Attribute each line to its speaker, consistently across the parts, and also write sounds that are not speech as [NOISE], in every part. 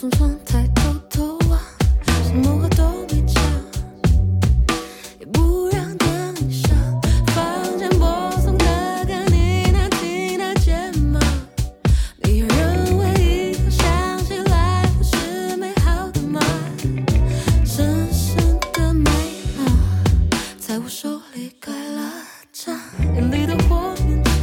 Speaker 1: 分放太偷偷啊，什么话都别讲，也不让等一下，房间播送的歌你能听得见吗？你还认为一刻想起来会是美好的吗？深深的美好，在我手里盖了章，眼里的火勉强。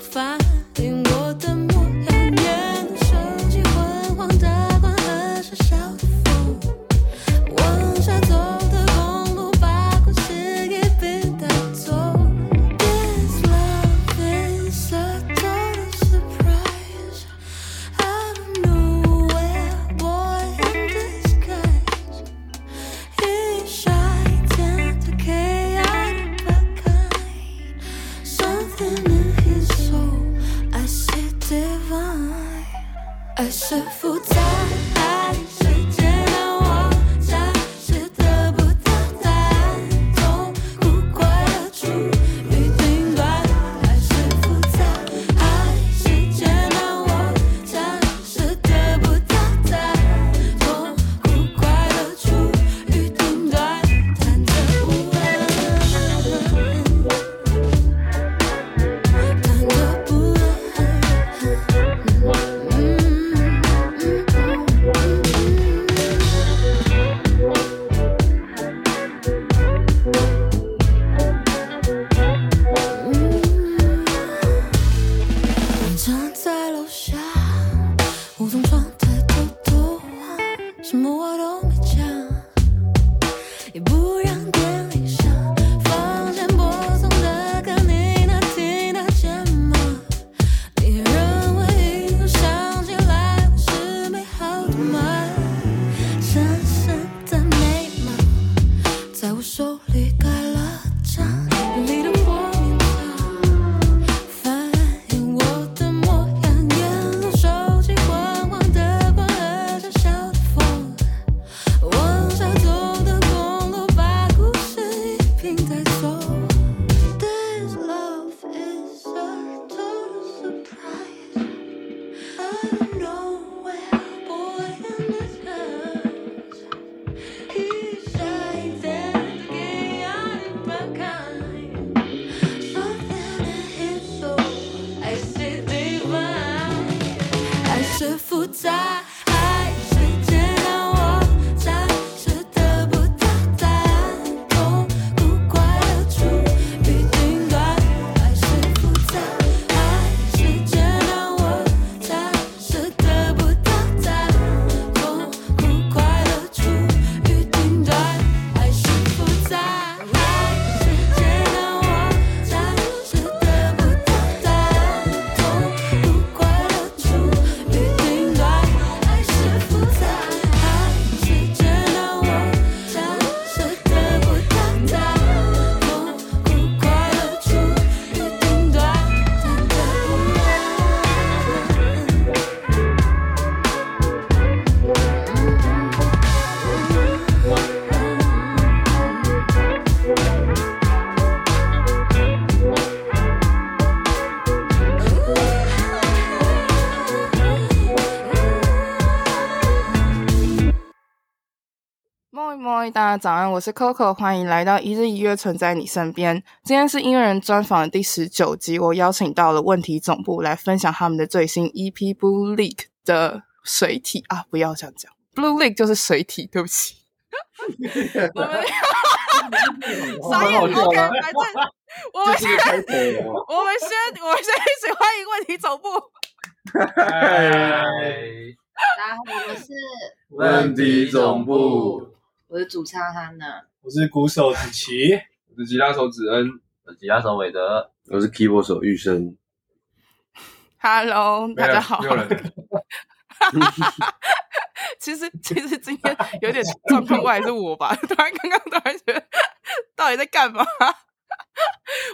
Speaker 1: 发定我的模样，眼看手机昏黄的光和喧嚣的风，往下走的公路把故事给变带走。This love is a total surprise. Out of nowhere, boy in disguise. He shines into chaotic black eye. Something in his soul, I see divine. 爱是复杂，爱是煎熬，我暂时得不到答案，痛苦快乐处于顶端。爱是复杂，爱是煎熬，我暂时得不到答案，痛苦快乐处于顶端，忐忑不安，忐忑不安。你站在楼下，无从窗台偷偷望，什么话都没讲，也不让电铃响。房间播送的歌，你能听得见吗？你认为一路想起来会是美好的吗？深深的眉毛，在我手里盖了章，眼里的火勉强反映我的模样，沿路收集昏黄的光和喧嚣的风。往下走的公路，把故事一并带走。This love is a total surprise. Out of nowhere, boy in disguise. He shines and the chaotic black eye. Something in his soul, oh, I see divine. 爱是复杂，爱是煎熬，我暂时得不到答案，痛苦快乐处于顶端。爱是复杂，爱是煎熬，我暂时得不到答案，痛苦快乐处于顶端。爱是复杂，爱是煎熬，我暂时得不到答案，痛苦快乐处。与顶端，爱是复杂，爱是煎熬，我暂时得不到答案，痛苦快乐处于顶端，忐忑不安。
Speaker 2: 莫一莫一，大家早安，我是 Coco，欢迎来到一日一月存在你身边。今天是音乐人专访的第十九集，我邀请到了问题总部来分享他们的最新 EP Blue Leak 的水体啊，不要这样讲，Blue Leak 就是水体，对不
Speaker 3: [LAUGHS]
Speaker 2: 起。我们傻眼
Speaker 3: 哦蛮好笑啊
Speaker 2: ，OK，
Speaker 3: 的
Speaker 2: 反正我们先
Speaker 3: 这是个开头哦。
Speaker 2: 我们先我们先一起欢迎问题总部。
Speaker 3: 嗨，
Speaker 4: 大家好，我是
Speaker 3: 问题总部，
Speaker 4: [LAUGHS] 我是主唱汉娜。
Speaker 5: 我是鼓手子琪，
Speaker 3: 我是吉他手子恩，我是吉他手韦德，
Speaker 6: 我是 keyboard 手玉生，
Speaker 2: Hello，大家好。
Speaker 3: 没有人，
Speaker 2: 其实其实今天有点状况外是我吧，突然刚刚突然觉得到底在干嘛？ [LAUGHS]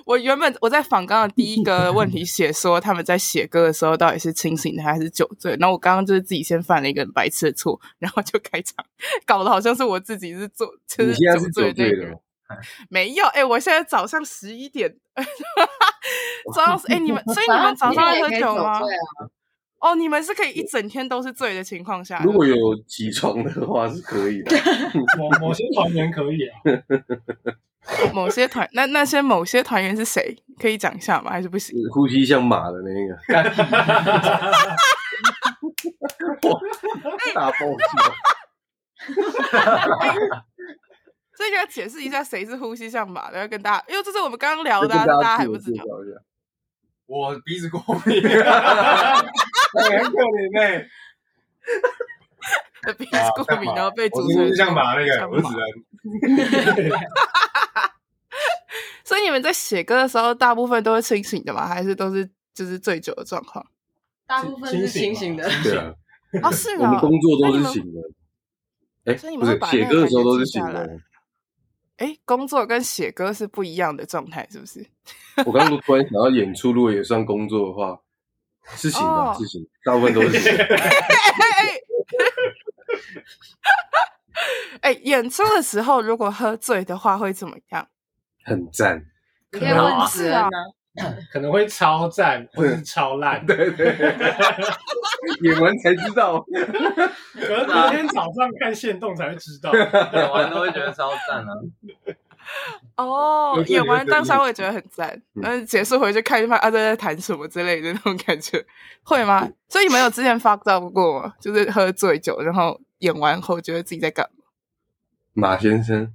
Speaker 2: 我原本我在访刚的第一个问题写说他们在写歌的时候到底是清醒的还是酒醉，然后我刚刚就是自己先犯了一个很白痴的错，然后就开场搞得好像是我自己是做就是
Speaker 6: 你现在是酒
Speaker 2: 酒醉
Speaker 6: 醉
Speaker 2: 那个人
Speaker 6: 了吗？
Speaker 2: 没有，哎、我现在早上十 [LAUGHS] 一点，早上哎、你们所以你们早上
Speaker 4: 也
Speaker 2: 在喝
Speaker 4: 可以
Speaker 2: 酒
Speaker 4: 酒
Speaker 2: 吗？
Speaker 4: 醉啊
Speaker 2: 哦，你们是可以一整天都是醉的情况下，
Speaker 6: 如果有起床的话是可以的，
Speaker 5: 某某些团员可以啊，
Speaker 2: 某些团， [LAUGHS] 那那些某些团员是谁？可以讲一下吗？还是不行？
Speaker 6: 呼吸像马的那个，大爆笑。
Speaker 2: 这个要解释一下谁是呼吸像马的，要跟大家，因为这是我们刚刚聊
Speaker 6: 跟
Speaker 2: 的、啊，大家还
Speaker 6: 自
Speaker 2: 不
Speaker 6: 我
Speaker 2: 知
Speaker 6: 介
Speaker 2: 道。
Speaker 6: 绍一下，
Speaker 3: 我鼻子过
Speaker 5: [LAUGHS]
Speaker 3: 敏，哎很可怜哎、
Speaker 2: 鼻子过敏，然后 [LAUGHS] 被主
Speaker 3: 啊我
Speaker 2: 持
Speaker 3: 是
Speaker 2: 人
Speaker 3: 不是像马那
Speaker 2: 像
Speaker 3: 个，
Speaker 2: 马
Speaker 3: 我只能
Speaker 2: 所以你们在写歌的时候，大部分都是清醒的吗？还是都是就是醉酒的状
Speaker 3: [LAUGHS]
Speaker 2: 况？
Speaker 4: 大部分是清醒
Speaker 6: [LAUGHS]
Speaker 4: 的。
Speaker 6: 对啊，
Speaker 2: 哦，是
Speaker 6: 我们
Speaker 2: 啊。
Speaker 6: 工作都是
Speaker 2: 那你
Speaker 6: 醒的。哎，
Speaker 2: 所以你
Speaker 6: 不
Speaker 2: 们会
Speaker 6: 是
Speaker 2: 把
Speaker 6: 写
Speaker 2: 那个
Speaker 6: 歌的时候
Speaker 2: 感觉
Speaker 6: 都是
Speaker 2: 记
Speaker 6: 醒
Speaker 2: 下来
Speaker 6: 的。
Speaker 2: 哎，工作跟写歌是不一样的状态，是不是？
Speaker 6: 我刚刚突然想到，演出如果也算工作的话，是醒
Speaker 2: 哦
Speaker 6: 的，是醒的，大部分都是
Speaker 2: [LAUGHS]
Speaker 6: 醒的。
Speaker 3: [LAUGHS]
Speaker 2: 哎，演出的时候如果喝醉的话会怎么样？
Speaker 6: 很赞，
Speaker 4: 你可以问子恩啊，
Speaker 5: 可能会超赞或者是超烂。
Speaker 3: 啊
Speaker 6: 对对， [LAUGHS] 演完才知道。
Speaker 5: 可是昨天早上看线动才会知道。
Speaker 7: [LAUGHS]
Speaker 3: 演完都会觉得超赞啊！
Speaker 2: 哦
Speaker 6: 有，这
Speaker 2: 演
Speaker 6: 里
Speaker 2: 完
Speaker 6: 有这
Speaker 2: 当下
Speaker 6: 里
Speaker 2: 会觉得很赞，
Speaker 6: 嗯
Speaker 2: 但是结束回去看一看啊，这在谈什么之类的那种感觉，会吗？所以你们有之前 fucked up 过吗？就是喝醉酒，然后演完后觉得自己在干嘛？
Speaker 6: 马先生，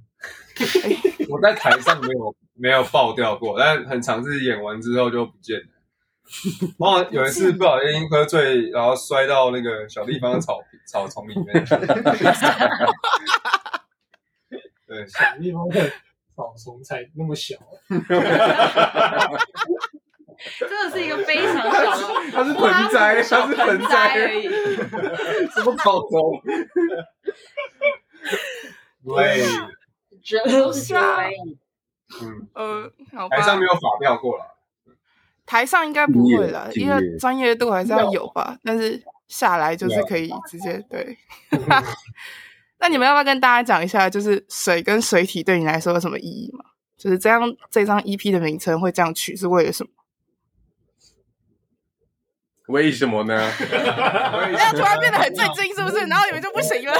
Speaker 3: 我在台上没有没有爆掉过，但很常是演完之后就不见了。然后有一次不小心喝醉，然后摔到那个小地方的草草丛里面。 [LAUGHS] 对，
Speaker 5: 小蜜蜂的草丛才那么小，
Speaker 4: 哦真的是一个非 [LAUGHS] 常小的，
Speaker 6: 他是盆栽，他是盆
Speaker 4: 栽而 [LAUGHS]
Speaker 6: 栽，
Speaker 4: 已。
Speaker 6: 什么草丛？
Speaker 3: 对，
Speaker 4: 只有酒而已。
Speaker 3: 嗯，
Speaker 2: 呃，好吧，
Speaker 3: 台上没有法票过了，
Speaker 2: 台上应该不会了，
Speaker 6: 敬
Speaker 2: 因
Speaker 6: 业敬业
Speaker 2: 为专业度还是要有吧。但是下来就是可以直 [LAUGHS] 接对。那你们要不要跟大家讲一下，就是水跟水体对你来说有什么意义吗？就是这样，这张 EP 的名称会这样取是为了什么？
Speaker 6: 为什么呢？
Speaker 2: [LAUGHS] 不要突然变得很最近，是不是？然后你们就不行了。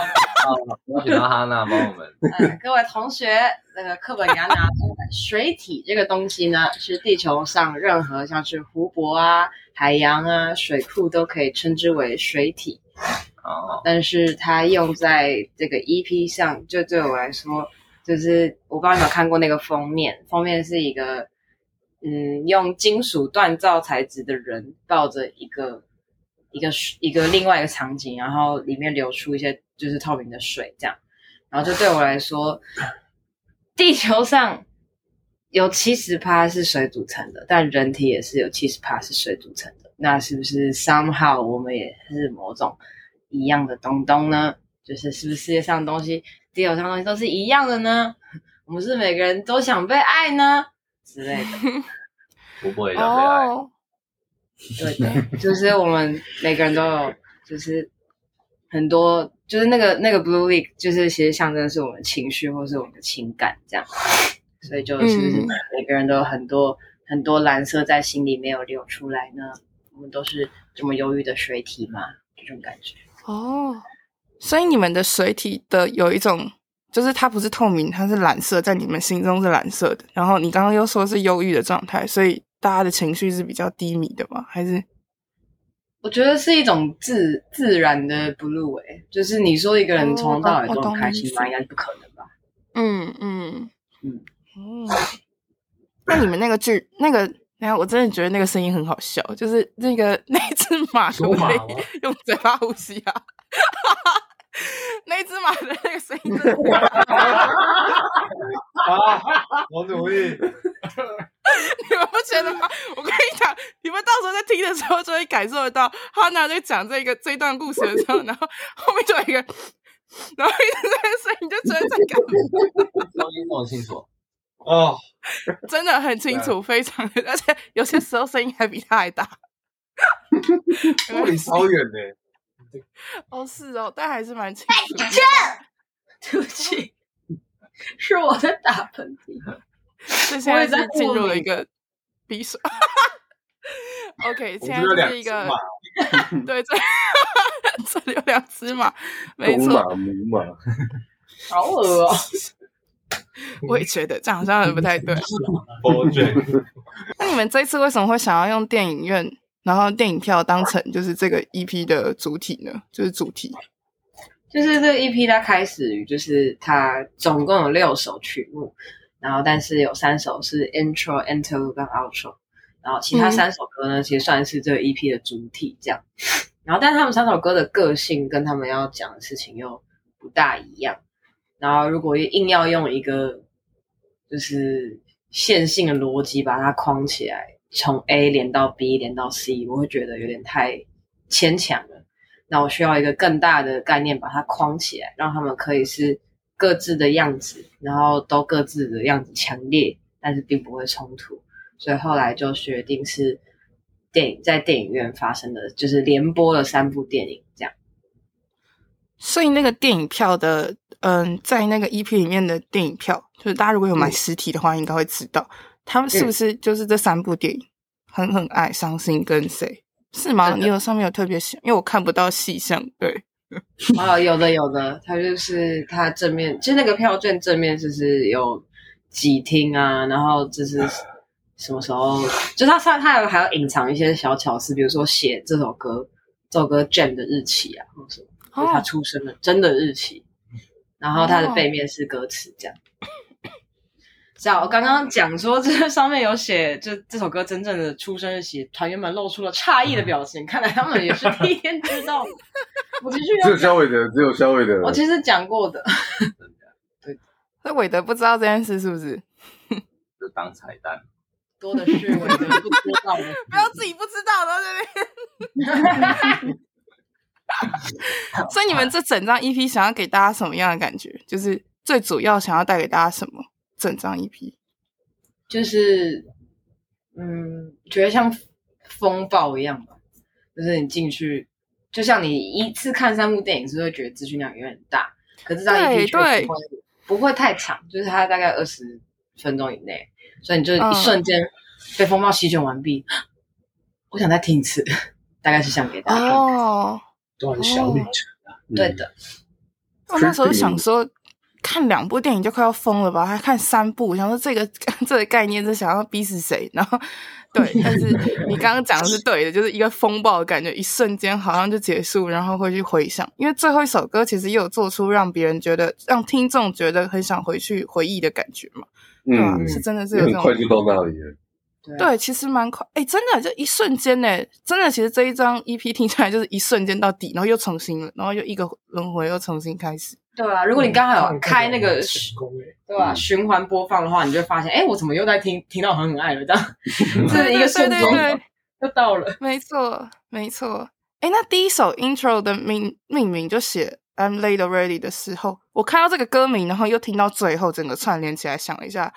Speaker 7: 邀请到哈娜帮我们。
Speaker 4: 呃，各位同学，那个课本给他拿出来。 [LAUGHS] 水体这个东西呢，是地球上任何像是湖泊啊、海洋啊、水库都可以称之为水体。
Speaker 7: 哦，
Speaker 4: 但是它用在这个 EP 上，就对我来说，就是我不知道你有没有看过那个封面，封面是一个嗯用金属锻造材质的人抱着一个一个水一个另外一个场景，然后里面流出一些就是透明的水这样，然后就对我来说，地球上。有七十趴是水组成的，但人体也是有七十趴是水组成的。那是不是 somehow 我们也是某种一样的东东呢？就是是不是世界上的东西、地球上的东西都是一样的呢？我们是每个人都想被爱呢之类的，
Speaker 7: 不会
Speaker 2: 啊
Speaker 7: 的，
Speaker 2: 哦
Speaker 7: 被爱。，
Speaker 4: 对的，就是我们每个人都有，就是很多，就是那个那个 blue league，就是其实象征是我们情绪或是我们的情感这样，所以就是
Speaker 2: 嗯
Speaker 4: 每个人都有很多很多蓝色在心里没有流出来呢。我们都是这么忧郁的水体嘛，这种感觉。
Speaker 2: 哦，所以你们的水体的有一种，就是它不是透明，它是蓝色，在你们心中是蓝色的。然后你刚刚又说是忧郁的状态，所以大家的情绪是比较低迷的吗？还是
Speaker 4: 我觉得是一种自自然的 blue 哎、就是你说一个人从头到
Speaker 2: 哦
Speaker 4: 尾
Speaker 2: 我
Speaker 4: 都
Speaker 2: 懂
Speaker 4: 很开心
Speaker 2: 我
Speaker 4: 吗？
Speaker 2: 懂
Speaker 4: 应该是不可能吧。 [LAUGHS]
Speaker 2: 嗯嗯
Speaker 4: 嗯
Speaker 2: 嗯。那你们那个剧那个。哎呀，我真的觉得那个声音很好笑，就是那个那只马可
Speaker 5: 有
Speaker 2: 不
Speaker 5: 马
Speaker 2: 可以
Speaker 5: 吗
Speaker 2: 用嘴巴呼吸啊？ [LAUGHS] 那只马的那个声音真的
Speaker 3: 啊，我努力。
Speaker 2: [LAUGHS] 你们不觉得吗？我跟你讲，你们到时候在听的时候就会感受得到，哈娜在讲这个这段故事的时候，然后后面就有一个， [LAUGHS] 然后一直在声音，你就觉得在干嘛？
Speaker 7: 收音弄清楚，
Speaker 3: 哦，
Speaker 2: 真的很清楚，非常的，而且有些时候声音还比他还
Speaker 3: [LAUGHS]
Speaker 2: 大。
Speaker 3: 我离超远呢、
Speaker 2: 哦，是哦，但还是蛮清楚的。
Speaker 4: 对不起， [LAUGHS] 是我在打喷嚏。
Speaker 2: 这现在是进入了一个鼻水。OK，现在
Speaker 3: 我们
Speaker 2: 就
Speaker 3: 就有两
Speaker 2: 是一
Speaker 3: 只
Speaker 2: 个
Speaker 3: 马，
Speaker 2: [LAUGHS] 对，这这 [LAUGHS] 里有两只马，没
Speaker 6: 公
Speaker 2: 错，
Speaker 6: 马母马，
Speaker 4: 好恶哦、
Speaker 2: 我也觉得这样好像不太对。
Speaker 3: project
Speaker 2: 那你们这一次为什么会想要用电影院，然后电影票当成就是这个 EP 的主体呢？就是主题
Speaker 4: 就是这个 EP 它开始于就是它总共有六首曲目，然后但是有三首是 intro、interlude 跟 outro，然后其他
Speaker 2: 嗯
Speaker 4: 三首歌呢，其实算是这个 EP 的主体这样。然后，但是他们三首歌的个性跟他们要讲的事情又不大一样。然后，如果硬要用一个就是线性的逻辑把它框起来，从 A 连到 B 连到 C，我会觉得有点太牵强了。那我需要一个更大的概念把它框起来，让他们可以是各自的样子，然后都各自的样子强烈，但是并不会冲突。所以后来就决定是电影在电影院发生的，就是连播了三部电影这样。
Speaker 2: 所以那个电影票的，嗯，在那个 EP 里面的电影票，就是大家如果有买实体的话，应该会知道他们是不是就是这三部电影《狠狠爱》《伤心》跟谁是吗？
Speaker 4: 真的
Speaker 2: 你有上面有特别写，因为我看不到细项。对，
Speaker 4: 哦，有的有的，它就是它正面，就是那个票券正面就是有几厅啊，然后就是什么时候，就是它上它有还要隐藏一些小巧思，比如说写这首歌这首歌 jam 的日期啊，或者什么，就是它
Speaker 2: 哦
Speaker 4: 出生的真的日期，然后它的
Speaker 2: 哦
Speaker 4: 背面是歌词这样。是啊，我刚刚讲说这上面有写，就这首歌真正的出生日期，团员们露出了诧异的表情，看来他们也是第一天知道。
Speaker 2: [LAUGHS]
Speaker 4: 我继续要
Speaker 6: 只有肖伟的，只有肖伟的。
Speaker 4: 我其实讲过的，
Speaker 2: 那韦德不知道这件事是不是？
Speaker 7: 就当彩蛋。
Speaker 4: 多的是我觉得不知道的。
Speaker 2: 不要自己不知道，然后在那边。 [LAUGHS] 所以你们这整张 EP 想要给大家什么样的感觉？就是最主要想要带给大家什么？整张 E EP
Speaker 4: 就是，嗯，觉得像风暴一样吧，就是你进去，就像你一次看三部电影，是会觉得资讯量有点大，可是这样
Speaker 2: 对
Speaker 4: 一确实
Speaker 2: 对
Speaker 4: 不会不会太长，就是它大概二十分钟以内，所以你就
Speaker 2: 嗯
Speaker 4: 一瞬间被风暴席卷完毕。我想再听一次，大概是想给大家看，
Speaker 2: 哦，
Speaker 5: 段小旅程，
Speaker 4: 对
Speaker 6: 嗯
Speaker 4: 的，
Speaker 2: 我那时候想说，看两部电影就快要疯了吧？还看三部，想说这个这个概念是想要逼死谁？然后对，但是你刚刚讲的是对的，就是一个风暴的感觉，一瞬间好像就结束，然后会去回想，因为最后一首歌其实也有做出让别人觉得让听众觉得很想回去回忆的感觉嘛，对
Speaker 3: 啊
Speaker 2: 吧、
Speaker 6: 嗯，
Speaker 2: 是真的是有这
Speaker 6: 很
Speaker 2: 种
Speaker 6: 快就到那里了。
Speaker 4: 对啊，
Speaker 2: 对，其实蛮快，哎，真的就一瞬间呢，真的，其实这一张 EP 听下来就是一瞬间到底，然后又重新了，然后又一个轮回，又重新开始。
Speaker 4: 对啊。如果你刚好有开那个
Speaker 5: 成功哎，
Speaker 4: 对吧、
Speaker 6: 嗯
Speaker 4: 循环播放的话，你就会发现，哎，我怎么又在听听到很很爱了？这样，这是一个
Speaker 2: 对
Speaker 4: 瞬
Speaker 2: 对
Speaker 4: 间
Speaker 2: 对对，
Speaker 4: [LAUGHS] 又到了。
Speaker 2: 没错，没错。哎，那第一首 intro 的命命名就写 "I'm late already" 的时候，我看到这个歌名，然后又听到最后整个串联起来，想了一下，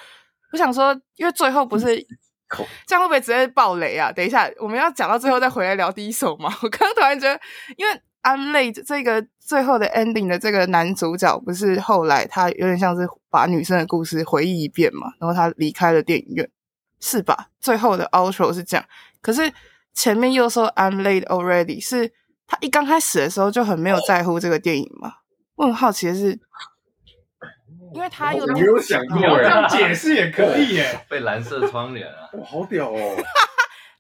Speaker 2: 我想说，因为最后不是
Speaker 6: 嗯口
Speaker 2: 这样会不会直接爆雷啊？等一下，我们要讲到最后再回来聊第一首嘛。 [LAUGHS] 我刚刚突然觉得，因为 "I'm late" 这个最后的 ending 的这个男主角，不是后来他有点像是把女生的故事回忆一遍嘛，然后他离开了电影院，是吧？最后的 outro 是这样。可是前面又说 I'm late already，是他一刚开始的时候就很没有在乎这个电影吗？我很好奇的是，因为他又
Speaker 6: 我没有想过
Speaker 5: 你要这
Speaker 3: 啊
Speaker 5: 样解释也可以耶，
Speaker 7: 被蓝色窗帘啊， [LAUGHS]
Speaker 6: 哇，好屌哦！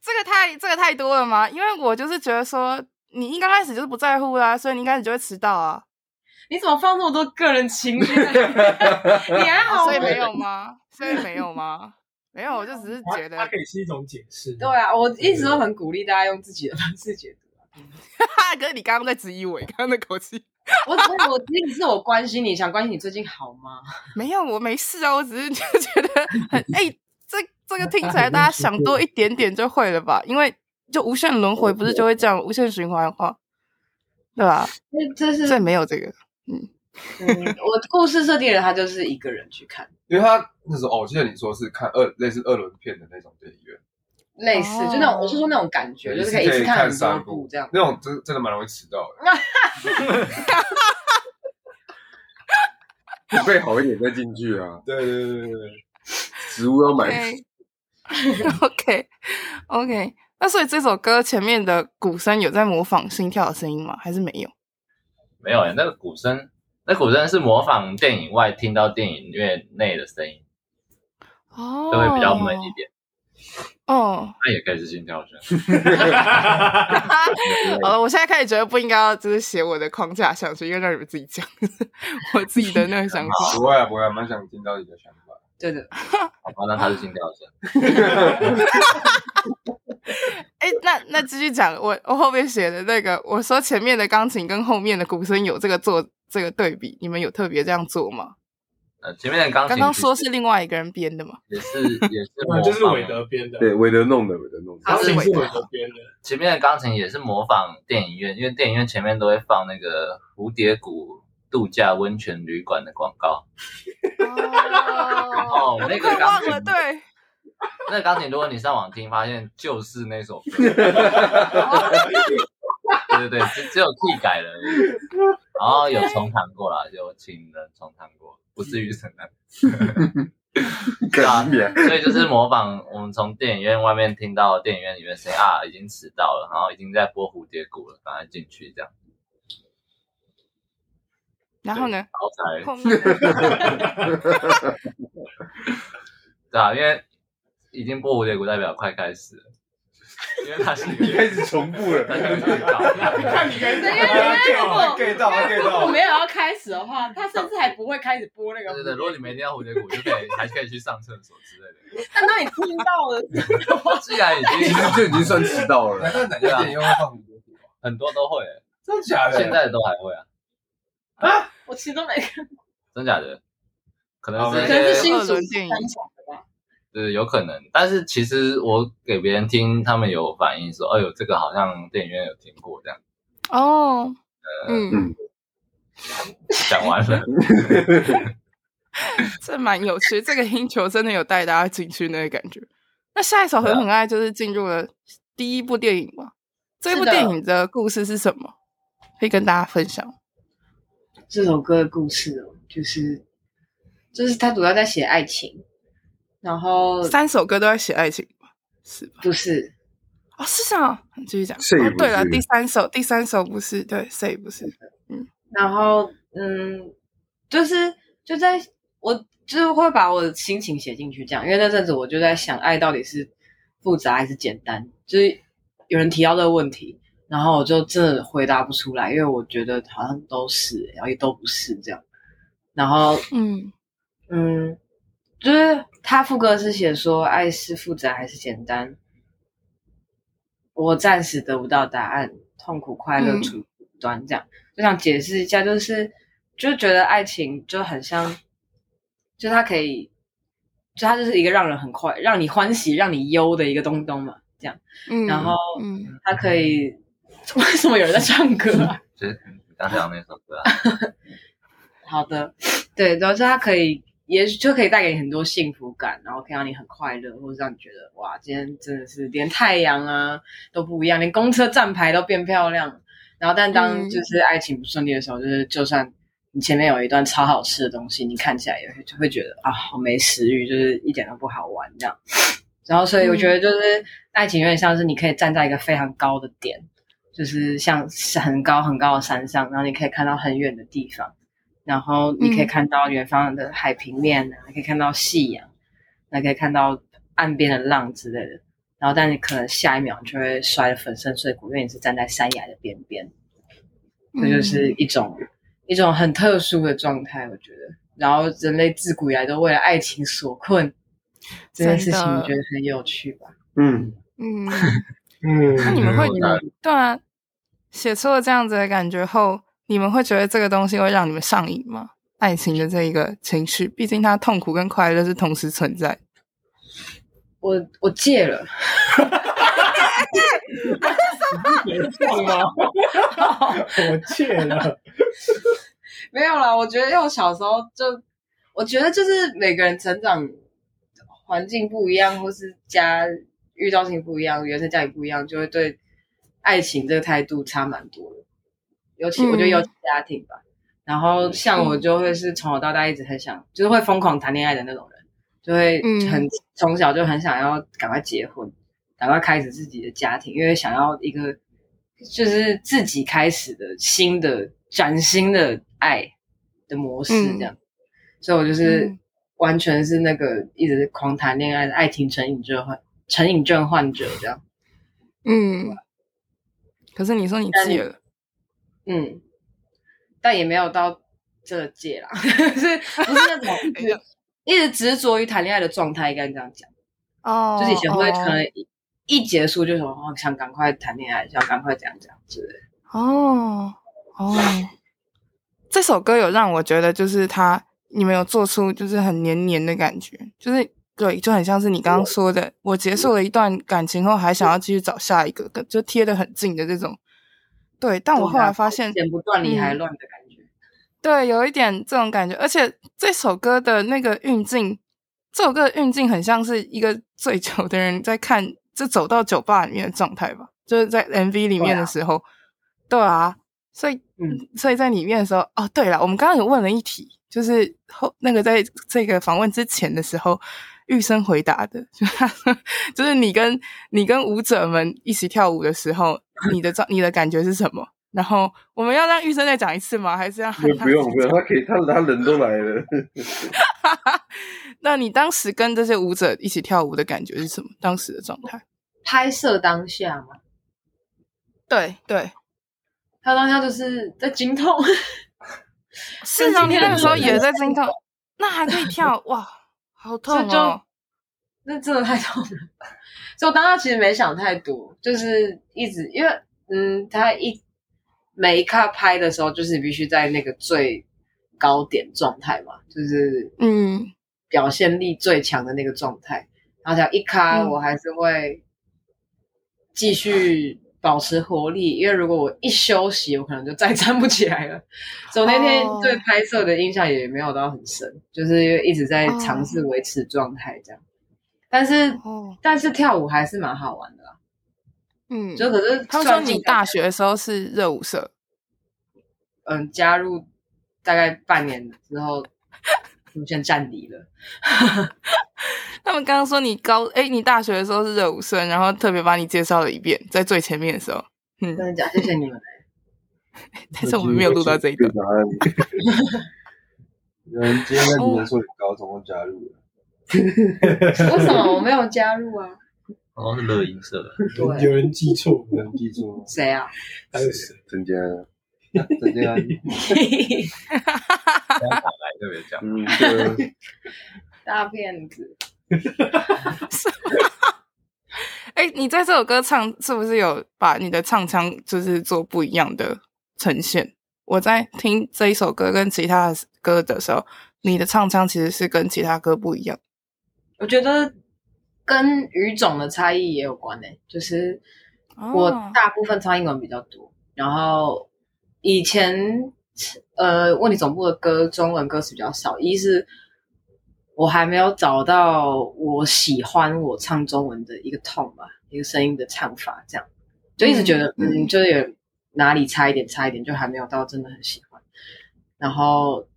Speaker 2: 这个太这个太多了吗？因为我就是觉得说，你一刚开始就是不在乎啦、所以你一开始就会迟到啊，
Speaker 4: 你怎么放这么多个人情绪在里面？你还好
Speaker 2: 哦
Speaker 4: 吗
Speaker 2: 所以没有 [LAUGHS] 吗？所以没有吗？没有，我就只是觉
Speaker 5: 它它
Speaker 2: 得
Speaker 5: 可以是一种解释。
Speaker 4: 对啊，我一直都很鼓励大家用自己的方式解读。
Speaker 2: 哈， [LAUGHS] 可是你刚刚在质疑我，你刚刚的口气
Speaker 4: 我只是我一直是我关心你，想关心你最近好吗？
Speaker 2: [LAUGHS] 没有，我没事啊，我只是就觉得 [LAUGHS] 很哎、这这个听起 [LAUGHS] 来大家想多一点点就会了吧？因为就无限轮回不是就会这样无限循环的话，对吧？
Speaker 4: 这这是
Speaker 2: 所以没有这个，
Speaker 4: 嗯，我故事设定的，他就是一个人去看，
Speaker 3: 因为他那时候哦，我记得你说是看二类似二轮片的那种电影院，
Speaker 4: 类似、就那种，我是说那种感觉，就是可以一次
Speaker 3: 哦看
Speaker 4: 很多
Speaker 3: 三
Speaker 4: 部这样。
Speaker 3: 那种真真的蛮容易迟到
Speaker 6: 准备好一点再进去啊，
Speaker 3: 的。对对对对对，
Speaker 6: 食物要买
Speaker 2: [LAUGHS] OK，OK，OK，那所以这首歌前面的鼓声有在模仿心跳的声音吗？还是没有？
Speaker 7: 没有、欸，那个鼓声，那鼓声是模仿电影外听到电影院内的声音，
Speaker 2: 哦
Speaker 7: 就会比较闷一点。
Speaker 2: 哦。
Speaker 7: 那、也可以是心跳声。
Speaker 2: 哦好了，我现在开始觉得不应该要就是写我的框架上去，应该让你们自己讲 [LAUGHS] 我自己的那个想法。
Speaker 7: [LAUGHS]
Speaker 3: 不会啊，不会啊，蛮想听到你的想法。
Speaker 4: 对的，
Speaker 7: 好吧，那它是心跳声。
Speaker 2: 哎，那那继续讲，我我后面写的那个，我说前面的钢琴跟后面的鼓声有这个做这个对比，你们有特别这样做吗？
Speaker 7: 呃，前面的钢琴
Speaker 2: 刚刚
Speaker 7: 其实
Speaker 2: 说是另外一个人编的嘛，
Speaker 7: 也是也
Speaker 5: [LAUGHS]
Speaker 7: 是模
Speaker 5: 啊
Speaker 7: 仿，
Speaker 5: 就是韦德编的，
Speaker 6: 对，韦德弄的，韦德弄的。
Speaker 5: 钢琴
Speaker 2: 他是
Speaker 5: 是
Speaker 2: 韦德
Speaker 5: 韦德编的，
Speaker 7: 前面的钢琴也是模仿电影院，因为电影院前面都会放那个蝴蝶谷度假温泉旅馆的广告。 [LAUGHS]
Speaker 2: 哦，
Speaker 7: 哦，那
Speaker 2: 快
Speaker 7: 个钢
Speaker 2: 忘
Speaker 7: 琴
Speaker 2: 了，，对，
Speaker 7: 那个钢琴，如果你上网听，发现就是那首
Speaker 6: [LAUGHS]
Speaker 7: 歌。对对对，只只有 key 改了而已，然后有重弹过啦，有请人重弹过，不至于承担。
Speaker 6: [LAUGHS] 干
Speaker 7: 啊
Speaker 6: 你娘
Speaker 7: 所以就是模仿我们从电影院外面听到电影院里面声音啊，已经迟到了，然后已经在播蝴蝶谷了，赶快进去这样，
Speaker 2: 然后呢？
Speaker 7: 然后才
Speaker 2: 后面呢
Speaker 7: [LAUGHS] 对啊，因为已经播蝴蝶谷代表快开始了，因为它是一
Speaker 6: 你开
Speaker 7: 个
Speaker 6: 始重复了，
Speaker 7: 它是一个预告。
Speaker 6: [LAUGHS]
Speaker 5: 看你跟
Speaker 3: 他 get 到，他 get
Speaker 8: 如果
Speaker 3: 到
Speaker 8: 没。有要开始的话，他甚至还不会开始播那个。
Speaker 7: 对对对，如果你没听到蝴蝶谷，就可以
Speaker 8: [LAUGHS]
Speaker 7: 还可以去上厕所之类的。
Speaker 8: 但当你听到了，
Speaker 4: [LAUGHS]
Speaker 7: 既然已
Speaker 8: [LAUGHS]
Speaker 6: 其
Speaker 7: 经
Speaker 6: 实就已经算迟到
Speaker 3: 难
Speaker 6: 了。
Speaker 3: 道哪家店又会放很多股啊？
Speaker 7: 很多都会欸，
Speaker 3: 真的假
Speaker 7: 现
Speaker 3: 的？
Speaker 7: 在都还会啊，
Speaker 8: 我其实都没看，
Speaker 7: 真假的？可能
Speaker 3: 好
Speaker 7: 是
Speaker 8: 哦可
Speaker 7: 一
Speaker 8: 能是
Speaker 7: 些
Speaker 8: 新
Speaker 2: 二
Speaker 8: 主
Speaker 2: 轮电影
Speaker 8: 分享的吧。
Speaker 7: 对，有可能。但是其实我给别人听，他们有反映说，哎呦，这个好像电影院有听过这样。
Speaker 2: 哦，
Speaker 6: 嗯
Speaker 2: 嗯，
Speaker 7: 讲完
Speaker 8: [LAUGHS]
Speaker 7: 了，
Speaker 2: 这蛮有趣，这个音球真的有带大家进去那个感觉。那下一首《狠狠爱》就是进入了第一部电影嘛？这部
Speaker 8: 是的
Speaker 2: 电影的故事是什么？可以跟大家分享吗。
Speaker 4: 这首歌的故事哦，就是就是他主要在写爱情，然后
Speaker 2: 三首歌都在写爱情吧？是吧？
Speaker 4: 不是
Speaker 2: 哦，是这样。你继续讲。
Speaker 6: 谁
Speaker 2: 哦
Speaker 6: 不，
Speaker 2: 对了，
Speaker 6: 是
Speaker 2: 第三首，第三首不是对，谁不是？
Speaker 4: 然后嗯，就是就在我就是会把我的心情写进去，这样，因为那阵子我就在想，爱到底是复杂还是简单？就是有人提到这个问题，然后我就真的回答不出来，因为我觉得好像都是，然后也都不是这样。然后
Speaker 2: 嗯，
Speaker 4: 嗯，就是他副歌是写说爱是复杂还是简单，我暂时得不到答案，痛苦快乐
Speaker 2: 嗯
Speaker 4: 处于不端这样，就想解释一下，就是就觉得爱情就很像，就它可以，就它就是一个让人很快让你欢喜让你忧的一个东东嘛，这样，
Speaker 2: 嗯
Speaker 4: 然后
Speaker 2: 嗯，
Speaker 4: 它可以。 [LAUGHS] 为什么有人在唱歌啊？
Speaker 7: 就是你刚讲那首歌啊，
Speaker 4: 好的，对，然后是它可以，也许就可以带给你很多幸福感，然后可以让你很快乐，或者让你觉得哇，今天真的是连太阳啊都不一样，连公车站牌都变漂亮。然后，但当
Speaker 2: 嗯
Speaker 4: 就是爱情不顺利的时候，就是就算你前面有一段超好吃的东西，你看起来也会就会觉得啊，好没食欲，就是一点都不好玩这样。然后，所以我觉得就是爱情有点像是你可以站在一个非常高的点，就是像很高很高的山上，然后你可以看到很远的地方，然后你可以
Speaker 2: 嗯
Speaker 4: 看到远方的海平面啊，你可以看到夕阳，那可以看到岸边的浪之类的。然后，但你可能下一秒你就会摔得粉身碎骨，因为你是站在山崖的边边，这就是一种、一种很特殊的状态，我觉得。然后，人类自古以来都为了爱情所困，这件事情
Speaker 2: 真的
Speaker 4: 我觉得很有趣吧？
Speaker 6: 嗯，
Speaker 2: 嗯，
Speaker 5: 嗯，
Speaker 2: 那
Speaker 5: [LAUGHS]
Speaker 2: 你们会
Speaker 7: 我打
Speaker 2: 对啊，写出了这样子的感觉后，你们会觉得这个东西会让你们上瘾吗？爱情的这一个情绪，毕竟它痛苦跟快乐是同时存在。
Speaker 4: 我我戒了，
Speaker 5: 放吗？ [LAUGHS] 我戒了，
Speaker 4: 没有啦，我觉得因为我小时候就，我觉得就是每个人成长环境不一样，或是家遇到事情不一样，原生家庭不一样，就会对爱情这个态度差蛮多的。尤其
Speaker 2: 嗯
Speaker 4: 我觉得尤其家庭吧。然后像我就会是从小到大一直很想，就是会疯狂谈恋爱的那种人，就会
Speaker 2: 嗯
Speaker 4: 很、从小就很想要赶快结婚，赶快开始自己的家庭，因为想要一个就是自己开始的新的崭新的爱的模式这样。所以我就是
Speaker 2: 嗯
Speaker 4: 完全是那个一直狂谈恋爱的爱情成瘾症患成瘾症患者这样。
Speaker 2: 嗯，可是你说你戒了，
Speaker 4: 嗯，但也没有到这界啦， [LAUGHS] 是不是那
Speaker 2: [LAUGHS]
Speaker 4: 种
Speaker 2: 哎
Speaker 4: 一
Speaker 2: 呀
Speaker 4: 直一直执着于谈恋爱的状态？应该这样讲，
Speaker 2: 哦
Speaker 4: 就是以前会
Speaker 2: 哦
Speaker 4: 可能一一结束就什么、哦、想赶快谈恋爱，想赶快怎样怎样之类的。
Speaker 2: 哦哦，这首歌有让我觉得，就是他你们有做出就是很黏黏的感觉，就是对，就很像是你刚刚说的，我结束了一段感情后，还想要继续找下一个，跟就贴得很近的这种。对，但我后来发现，
Speaker 4: 剪不断理还
Speaker 2: 嗯
Speaker 4: 乱的感觉。
Speaker 2: 对，有一点这种感觉，而且这首歌的那个运镜，这首歌的运镜很像是一个醉酒的人在看，就走到酒吧里面的状态吧，就是在 MV 里面的时候，对啊，所以、
Speaker 4: 嗯
Speaker 2: 所以在里面的时候，哦，对了，我们刚刚有问了一题，就是后那个在这个访问之前的时候，玉生回答的，就是他说就是你跟你跟舞者们一起跳舞的时候，你的状你的感觉是什么？然后我们要让玉生再讲一次吗？还是要
Speaker 6: 不用不用，他可以，他他人都来了。
Speaker 2: 那你当时跟这些舞者一起跳舞的感觉是什么？当时的状态？
Speaker 4: 拍摄当下嘛，
Speaker 2: 对对，
Speaker 4: 拍摄当下就是在经痛， [LAUGHS]
Speaker 2: 是啊，
Speaker 4: 今
Speaker 2: 你
Speaker 4: 天
Speaker 2: 那个时候
Speaker 4: 的
Speaker 2: 也在
Speaker 4: 是
Speaker 2: 惊跳，那还可以跳哇， [LAUGHS] 好痛
Speaker 4: 就
Speaker 2: 哦！
Speaker 4: 那真的太痛了。所以我当时其实没想太多，就是一直因为嗯，他一每一卡拍的时候，就是你必须在那个最高点状态嘛，就是
Speaker 2: 嗯
Speaker 4: 表现力最强的那个状态。然后只要一卡，
Speaker 2: 嗯
Speaker 4: 我还是会继续保持活力，因为如果我一休息，我可能就再也 [LAUGHS] 站不起来了。所以我那天
Speaker 2: 哦
Speaker 4: 对拍摄的印象也没有到很深，就是因为一直在
Speaker 2: 哦
Speaker 4: 尝试维持状态这样。但是
Speaker 2: 哦
Speaker 4: 但是跳舞还是蛮好玩的啦。
Speaker 2: 嗯，
Speaker 4: 就可是
Speaker 2: 他们说
Speaker 4: 算进
Speaker 2: 你大学的时候是热舞社，
Speaker 4: 嗯加入大概半年之后出现站离了， [LAUGHS]
Speaker 2: 他们刚刚说你高哎，你大学的时候是热舞社，然后特别把你介绍了一遍，在最前面的时候，嗯
Speaker 4: 真，的假的？谢谢
Speaker 2: [LAUGHS]
Speaker 4: 你们。
Speaker 2: 但是我们没有录到这一段。
Speaker 6: 答案。
Speaker 3: 有人今天在你们说你高中加入了，
Speaker 4: 为什么我没有加入啊？
Speaker 7: 好像是乐音社吧，
Speaker 5: 有人有人记错，
Speaker 3: 有人记住吗？
Speaker 4: 谁啊？
Speaker 5: 还有谁？
Speaker 6: 增加，
Speaker 3: 再见啊，
Speaker 7: 来特别讲。
Speaker 6: 嗯，对，
Speaker 4: 大骗子！
Speaker 2: 哎、你在这首歌唱是不是有把你的唱腔就是做不一样的呈现？我在听这一首歌跟其他的歌的时候，你的唱腔其实是跟其他歌不一样。
Speaker 4: 我觉得跟语种的差异也有关呢、欸就是呃我
Speaker 2: 哦
Speaker 4: 大部分唱英文比较多，然后以前呃问题总部的歌中文歌词比较少，一是我还没有找到我喜欢我唱中文的一个痛吧，一个声音的唱法，这样就一直觉得
Speaker 2: 嗯
Speaker 4: 嗯就是有哪里差一点，差一点，就还没有到真的很喜欢。然后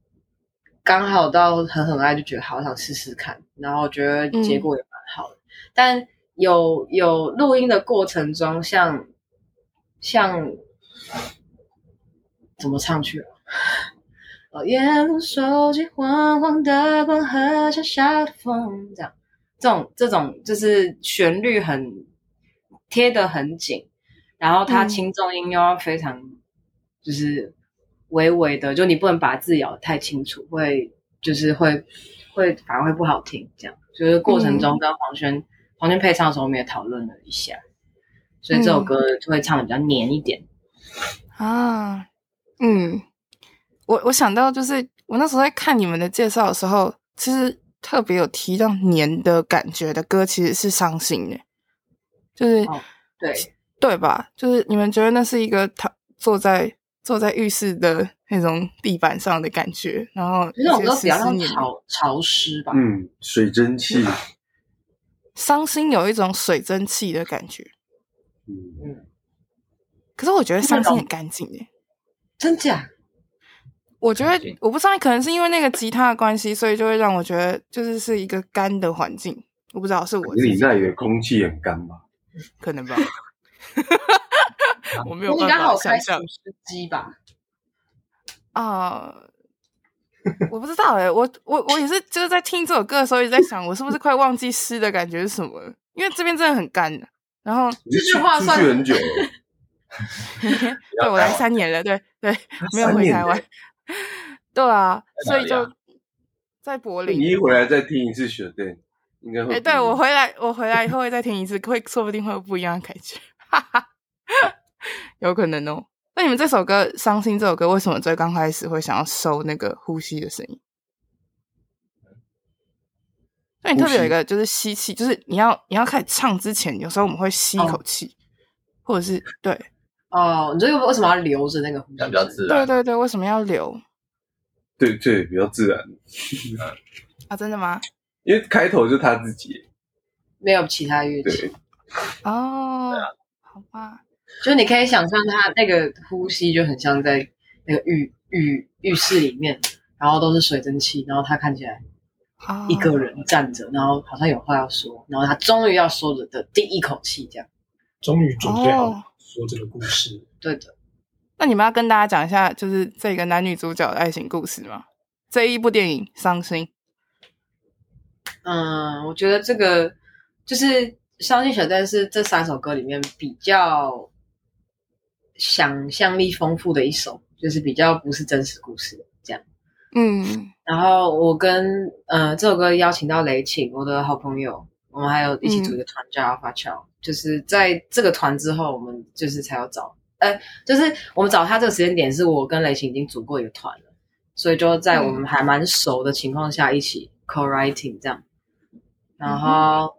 Speaker 4: 刚好到狠狠爱就觉得好想试试看，然后觉得结果也蛮好的，但有有录音的过程中像，像怎么唱去了？啊哦，夜路手机黄黄的光和沙沙的风，这样这种这种就是旋律很贴得很紧，然后它
Speaker 2: 嗯
Speaker 4: 轻重音又要非常就是微微的，就你不能把字咬得太清楚，会就是会会反而会不好听。这样就是过程
Speaker 2: 嗯
Speaker 4: 中跟黄轩、黄轩配唱的时候，我们也讨论了一下，所以这首
Speaker 2: 嗯
Speaker 4: 歌就会唱的比较黏一点。
Speaker 2: 啊，嗯，我我想到就是我那时候在看你们的介绍的时候，其实特别有提到黏的感觉的歌其实是伤心的，就是、
Speaker 4: 哦对，
Speaker 2: 对吧？就是你们觉得那是一个躺坐在坐在浴室的那种地板上的感觉，然后
Speaker 4: 那种歌比较
Speaker 2: 一些
Speaker 4: 像
Speaker 2: 丝丝黏
Speaker 4: 潮潮湿吧。
Speaker 6: 嗯，水蒸气，
Speaker 2: 伤心有一种水蒸气的感觉。
Speaker 6: 嗯，
Speaker 2: 可是我觉得伤心很干净诶，
Speaker 4: 真假？
Speaker 2: 我觉
Speaker 7: 干
Speaker 2: 得
Speaker 7: 净
Speaker 2: 我不知道，可能是因为那个吉他的关系，所以就会让我觉得就是是一个干的环境。我不知道是我自
Speaker 6: 你
Speaker 2: 己
Speaker 6: 那里的空气很干吧？
Speaker 2: 可
Speaker 7: [LAUGHS]
Speaker 2: 能吧。我没有
Speaker 8: 我应
Speaker 2: 办
Speaker 8: 该
Speaker 2: 法
Speaker 8: 好
Speaker 2: 想
Speaker 8: 开
Speaker 2: 象
Speaker 8: 除司机吧？
Speaker 2: 啊、我不知道哎、我我我也是，就是在听这首歌的时候，也在想，我是不是快忘记诗的感觉是什么了？因为这边真的很干。然后
Speaker 6: 你
Speaker 8: 这句话
Speaker 6: 出
Speaker 8: 算
Speaker 6: 去很久了，
Speaker 2: 对我来三年了，对
Speaker 7: [LAUGHS]
Speaker 2: 对，没有回台湾。 [LAUGHS] 对啊，
Speaker 7: 在
Speaker 2: 所
Speaker 7: 哪
Speaker 2: 以
Speaker 7: 里啊
Speaker 2: 就在柏
Speaker 6: 你一
Speaker 2: 林。
Speaker 6: 回来再听一次雪对，应该会
Speaker 2: 哎、对我回来，我回来以后会再听一次，会说不定会有不一样的感觉， [LAUGHS] 哈哈，有可能哦。那你们这首歌《伤心》这首歌，为什么最刚开始会想要收那个呼吸的声音？那你特别有一个就是吸气，就是你要你要开始唱之前，有时候我们会吸一口气，或者是对
Speaker 4: 哦，你这个为什么要留着那个呼吸
Speaker 7: 这样比较自
Speaker 2: 对
Speaker 7: 然。
Speaker 2: 对对，为什么要留
Speaker 6: 对对比较自然，
Speaker 2: 啊？真的吗？
Speaker 6: 因为开头就他自己，
Speaker 4: 没有其他乐器
Speaker 6: 对，，
Speaker 2: 哦，好吧，
Speaker 4: 就是你可以想象他那个呼吸就很像在那个浴浴浴室里面，然后都是水蒸气，然后他看起来
Speaker 2: 啊
Speaker 4: 一个人站着，然后好像有话要说，然后他终于要说的的第一口气这样。
Speaker 5: 终于准备
Speaker 2: 哦
Speaker 5: 好说这个故事。
Speaker 4: 对的，
Speaker 2: 那你们要跟大家讲一下，就是这个男女主角的爱情故事吗？这一部电影《伤心》
Speaker 4: 嗯，我觉得这个就是《伤心小站》是这三首歌里面比较想象力丰富的一首，就是比较不是真实故事的这样。
Speaker 2: 嗯，
Speaker 4: 然后我跟呃这首歌邀请到雷晴，我的好朋友，我们还有一起组一个团叫 Alpha c h i l 就是在这个团之后，我们就是才要找，呃，就是我们找他这个时间点是我跟雷晴已经组过一个团了，所以就在我们还蛮熟的情况下一起 co-writing 这样，然后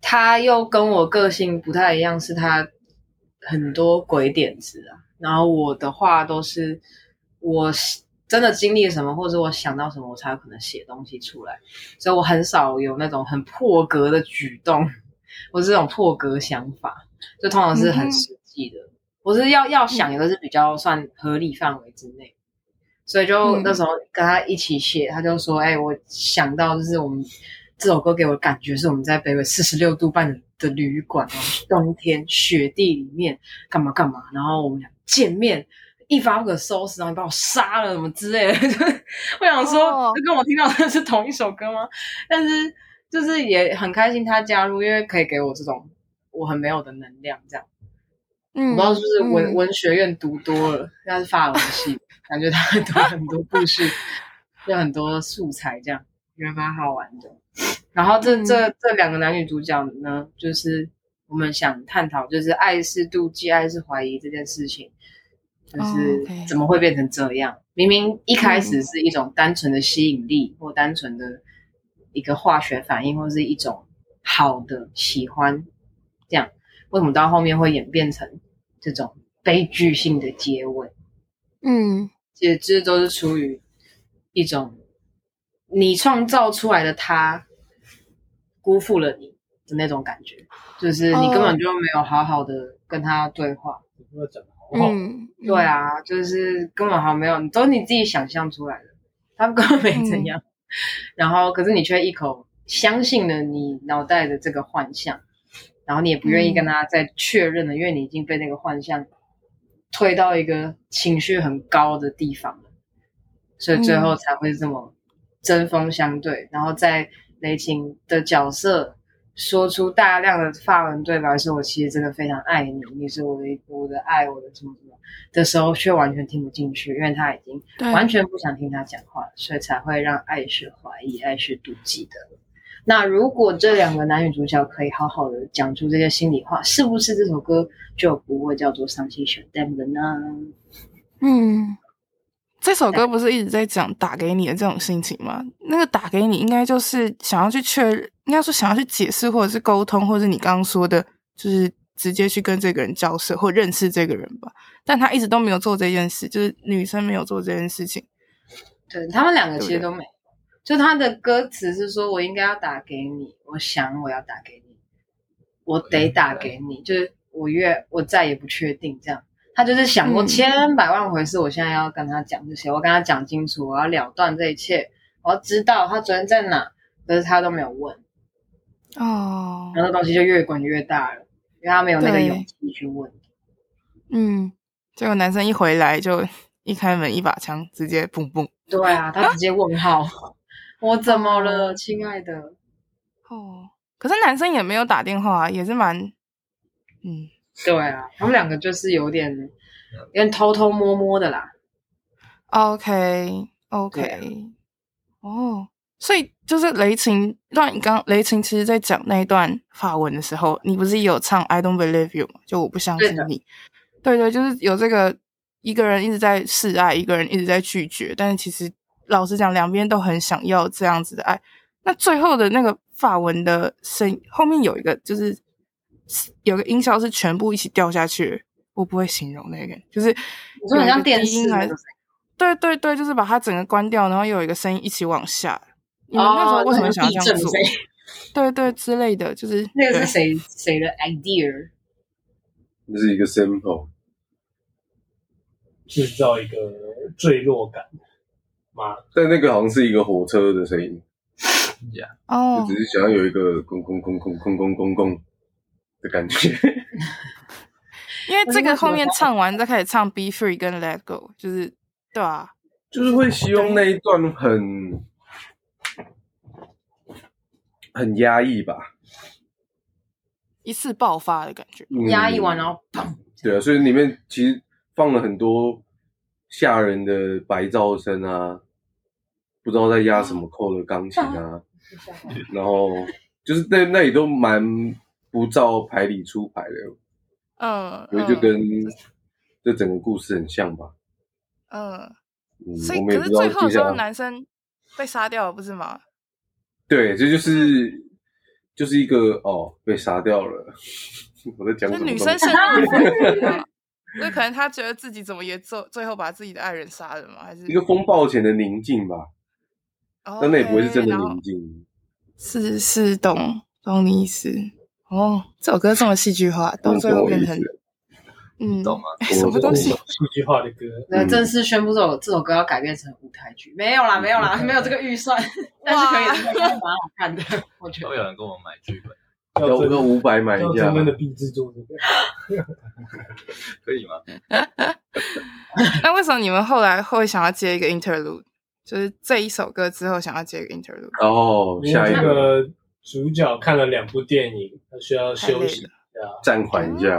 Speaker 4: 他又跟我个性不太一样，是他很多鬼点子啊，然后我的话都是我是真的经历了什么，或者我想到什么，我才有可能写东西出来，所以我很少有那种很破格的举动， [LAUGHS] 我这种破格想法，就通常是
Speaker 2: 嗯
Speaker 4: 很
Speaker 2: 哼
Speaker 4: 实际的，我是要要想也都是比较算合理范围之内。所以就
Speaker 2: 嗯
Speaker 4: 那时候跟他一起写，他就说：“哎、我想到就是我们这首歌给我的感觉是我们在北纬四十六度半的的旅馆，然后冬天雪地里面干嘛干嘛，然后我们俩见面。”一发不可收拾，然后你把我杀了什么之类的， [LAUGHS] 就是我想说，
Speaker 2: 哦
Speaker 4: 这跟我听到的是同一首歌吗？但是就是也很开心他加入，因为可以给我这种我很没有的能量，这样。我
Speaker 2: 嗯
Speaker 4: 不知道是不是文、
Speaker 2: 嗯
Speaker 4: 文学院读多了，他是法文系， [LAUGHS] 感觉他读了很多故事，有很多素材，这样觉得蛮好玩的。然后这、
Speaker 2: 嗯
Speaker 4: 这这两个男女主角呢，就是我们想探讨，就是爱是妒忌，爱是怀疑这件事情，就
Speaker 2: 哦
Speaker 4: 是
Speaker 2: ，OK
Speaker 4: 怎么会变成这样？明明一开始是一种单纯的吸引力，或单纯的一个化学反应，或是一种好的喜欢，这样为什么到后面会演变成这种悲剧性的结尾？
Speaker 2: 嗯
Speaker 4: 其实这都是出于一种你创造出来的他辜负了你的那种感觉，就是你根本就没有好好的跟他对话。
Speaker 5: 你跟我讲的好不好？
Speaker 2: 嗯，
Speaker 4: 哦对，啊，就是根本好像没有，都是你自己想象出来的，他们根本没怎样。然后，可是你却一口相信了你脑袋的这个幻象，然后你也不愿意跟他再确认了，因为你已经被那个幻象推到一个情绪很高的地方了，所以最后才会这么针锋相对。然后在雷霆的角色说出大量的法文对白，说我其实真的非常爱你，你是我的我的爱，我的什么什么的时候，却完全听不进去，因为他已经
Speaker 2: 对，
Speaker 4: 完全不想听他讲话，所以才会让爱是怀疑，爱是妒忌的。那如果这两个男女主角可以好好的讲出这些心里话，是不是这首歌就不会叫做伤心小蛋了呢？
Speaker 2: 嗯，这首歌不是一直在讲打给你的这种心情吗？那个打给你，应该就是想要去确认，应该说想要去解释，或者是沟通，或者是你刚刚说的，就是直接去跟这个人交涉或认识这个人吧。但他一直都没有做这件事，就是女生没有做这件事情。
Speaker 4: 对他们两个
Speaker 2: 对不
Speaker 4: 其实
Speaker 2: 对
Speaker 4: 都没有，就他的歌词是说我应该要打给你，我想我要打给你，我
Speaker 2: 嗯
Speaker 4: 得打给你，就是我越我再也不确定这样。他就是想过
Speaker 2: 嗯
Speaker 4: 千百万回是我现在要跟他讲这些，我跟他讲清楚，我要了断这一切，我要知道他昨天在哪，可是他都没有问。
Speaker 2: 哦，
Speaker 4: 然后那东西就越滚越大了，因为他没有那个
Speaker 2: 对
Speaker 4: 勇气去问。
Speaker 2: 嗯，结果男生一回来就一开门一把枪，直接蹦蹦。
Speaker 4: 对啊，他直接问号， [LAUGHS] 我怎么了，亲爱的？
Speaker 2: 哦，可是男生也没有打电话、啊，也是蛮，嗯，
Speaker 4: 对啊，他们两个就是有点有点偷偷摸摸的啦。
Speaker 2: OK
Speaker 4: 对啊
Speaker 2: OK，哦，所以就是雷霆，让你刚雷霆其实在讲那一段法文的时候，你不是也有唱 I don't believe you 吗？就我不相
Speaker 4: 对
Speaker 2: 信
Speaker 4: 的
Speaker 2: 你。对对，就是有这个一个人一直在示爱，一个人一直在拒绝，但是其实老实讲，两边都很想要这样子的爱。那最后的那个法文的声后面有一个就是有个音效是全部一起掉下去的，我不会形容那个感觉，就是
Speaker 4: 你说很
Speaker 2: 有
Speaker 4: 像
Speaker 2: 一个
Speaker 4: 电
Speaker 2: 低音
Speaker 4: 视
Speaker 2: 还
Speaker 4: 那种
Speaker 2: 对对对，就是把它整个关掉，然后又有一个声音一起往下。你们那时候
Speaker 4: 哦，
Speaker 2: 为什么想要
Speaker 4: 地
Speaker 2: 这
Speaker 4: 震
Speaker 2: 样做
Speaker 4: 谁？
Speaker 2: 对对之类的，就是
Speaker 4: 那个
Speaker 2: 对
Speaker 4: 是谁谁的 idea？
Speaker 6: 这是一个 sample，
Speaker 5: 制造一个坠落感嘛，
Speaker 6: 但那个好像是一个火车的声音，就
Speaker 2: 哦
Speaker 6: 只是想要有一个空空空空空空空空的感觉。
Speaker 2: 因为
Speaker 4: 我
Speaker 2: 这
Speaker 4: 是为
Speaker 2: 个
Speaker 4: 什
Speaker 2: 后
Speaker 4: 么
Speaker 2: 面
Speaker 4: 把
Speaker 2: 唱完再开始唱 Be Free 跟 Let Go，就是对啊，
Speaker 6: 就是会希望那一段很很压抑吧，
Speaker 2: 一次爆发的感觉。
Speaker 6: 嗯
Speaker 4: 压抑完然后砰，
Speaker 6: 对啊，所以里面其实放了很多吓人的白噪声啊，不知道在压什么扣的钢琴
Speaker 2: [LAUGHS]
Speaker 6: 啊，然后就是那那里都蛮不照牌理出牌的，
Speaker 2: 嗯，
Speaker 6: 我觉得就跟
Speaker 2: 嗯
Speaker 6: 这整个故事很像吧。
Speaker 2: 嗯，
Speaker 6: 嗯，
Speaker 2: 所以
Speaker 6: 我们也
Speaker 2: 可
Speaker 6: 不
Speaker 2: 是
Speaker 6: 知道
Speaker 2: 最后
Speaker 6: 接
Speaker 2: 的时
Speaker 6: 下
Speaker 2: 候
Speaker 6: 来。
Speaker 2: 男生被杀掉了，不是吗？
Speaker 6: 对，这就是就是一个哦，被杀掉了。 [LAUGHS] 我在讲
Speaker 2: 就
Speaker 6: 什么东西？
Speaker 2: 女
Speaker 6: [LAUGHS]
Speaker 2: 生陷入了疯
Speaker 4: [LAUGHS]
Speaker 2: 狂那啊可能他觉得自己怎么也最最后把自己的爱人杀了吗？还是
Speaker 6: 一个风暴前的宁静吧，
Speaker 2: 哦
Speaker 6: 但那也不会是真的
Speaker 2: 然后
Speaker 6: 宁静。
Speaker 2: 是是，懂懂你意思。哦，这首歌这么戏剧化，到
Speaker 6: 嗯
Speaker 2: 最后
Speaker 6: 懂我意
Speaker 2: 变
Speaker 6: 思
Speaker 2: [LAUGHS] 成嗯，
Speaker 7: 懂吗
Speaker 2: 哎
Speaker 6: 我
Speaker 2: 什么
Speaker 6: 懂
Speaker 2: 东西？
Speaker 5: 戏剧化的歌，
Speaker 4: 那
Speaker 6: 嗯
Speaker 4: 正式宣布这首这首歌要改编成舞台剧，没有啦，没有啦，没有这个预算，但是可以的，蛮好看的，我觉
Speaker 7: 都
Speaker 4: 得。
Speaker 7: 有人跟我买剧本，
Speaker 5: 要
Speaker 6: 要不
Speaker 5: 真
Speaker 6: 要五百买
Speaker 5: 要
Speaker 6: 一下
Speaker 5: 真？正的币制作这个，
Speaker 7: 可以
Speaker 8: 嗯
Speaker 7: 吗？
Speaker 2: 那为什么你们后来会想要接一个 interlude？就是这一首歌之后想要接一个 interlude？
Speaker 6: 然后
Speaker 5: 因为
Speaker 6: 下一
Speaker 5: 这
Speaker 6: 个
Speaker 5: 个主角看了两部电影，他需要休息
Speaker 2: 太累
Speaker 5: 一下。
Speaker 6: 暂缓一下，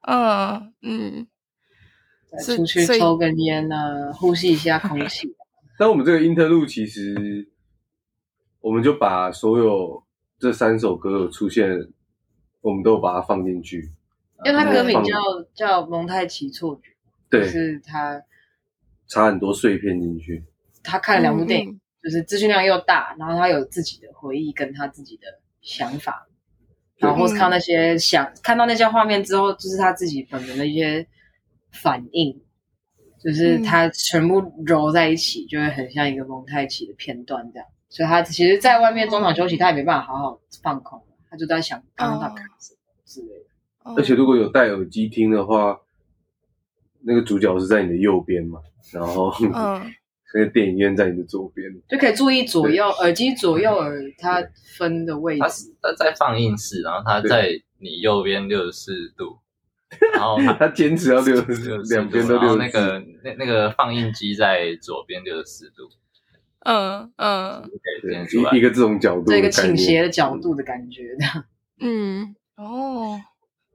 Speaker 2: 啊嗯嗯，
Speaker 4: 再出去
Speaker 2: 所以
Speaker 4: 抽根烟啊，呼吸一下空气。
Speaker 6: 但我们这个 interlude 其实，我们就把所有这三首歌有出现，我们都有把它放进去。
Speaker 4: 因为他歌名
Speaker 6: 放
Speaker 4: 叫叫蒙太奇错觉，就
Speaker 6: 对，
Speaker 4: 是他
Speaker 6: 插很多碎片进去。
Speaker 4: 他看了两部电影，
Speaker 2: 嗯，
Speaker 4: 就是资讯量又大，然后他有自己的回忆跟他自己的想法，然后或是看到那
Speaker 8: 嗯
Speaker 4: 些想、看到那些画面之后，就是他自己本人的一些反应，就是
Speaker 8: 嗯
Speaker 4: 他全部揉在一起，就会很像一个蒙太奇的片段这样。所以他其实，在外面中场休息，他也没办法好好放空，他就在想
Speaker 8: 哦
Speaker 4: 刚刚他看什么之类的。
Speaker 2: 嗯
Speaker 6: 而且如果有戴耳机听的话，那个主角是在你的右边嘛，然后
Speaker 2: 嗯
Speaker 6: [LAUGHS] 那个电影院在你的左边。
Speaker 4: 就可以注意左右耳机左右耳它分的位
Speaker 7: 它
Speaker 4: 置，
Speaker 7: 是它在放映室，然后它在你右边六十四度，然后
Speaker 6: [LAUGHS]
Speaker 8: [LAUGHS]
Speaker 6: 他坚持要六十四
Speaker 7: 64度
Speaker 6: 两边都
Speaker 7: 然
Speaker 6: 六
Speaker 7: 后
Speaker 6: 十
Speaker 7: 那个那那个放映机在左边六十四度，
Speaker 2: 嗯嗯
Speaker 7: 可以
Speaker 6: 对
Speaker 7: 听出来
Speaker 6: 一一。个这种角度
Speaker 4: 这
Speaker 6: 的
Speaker 4: 个
Speaker 6: 概
Speaker 4: 倾
Speaker 6: 念嗯
Speaker 4: 斜的角度的感觉。这样
Speaker 2: 嗯，哦，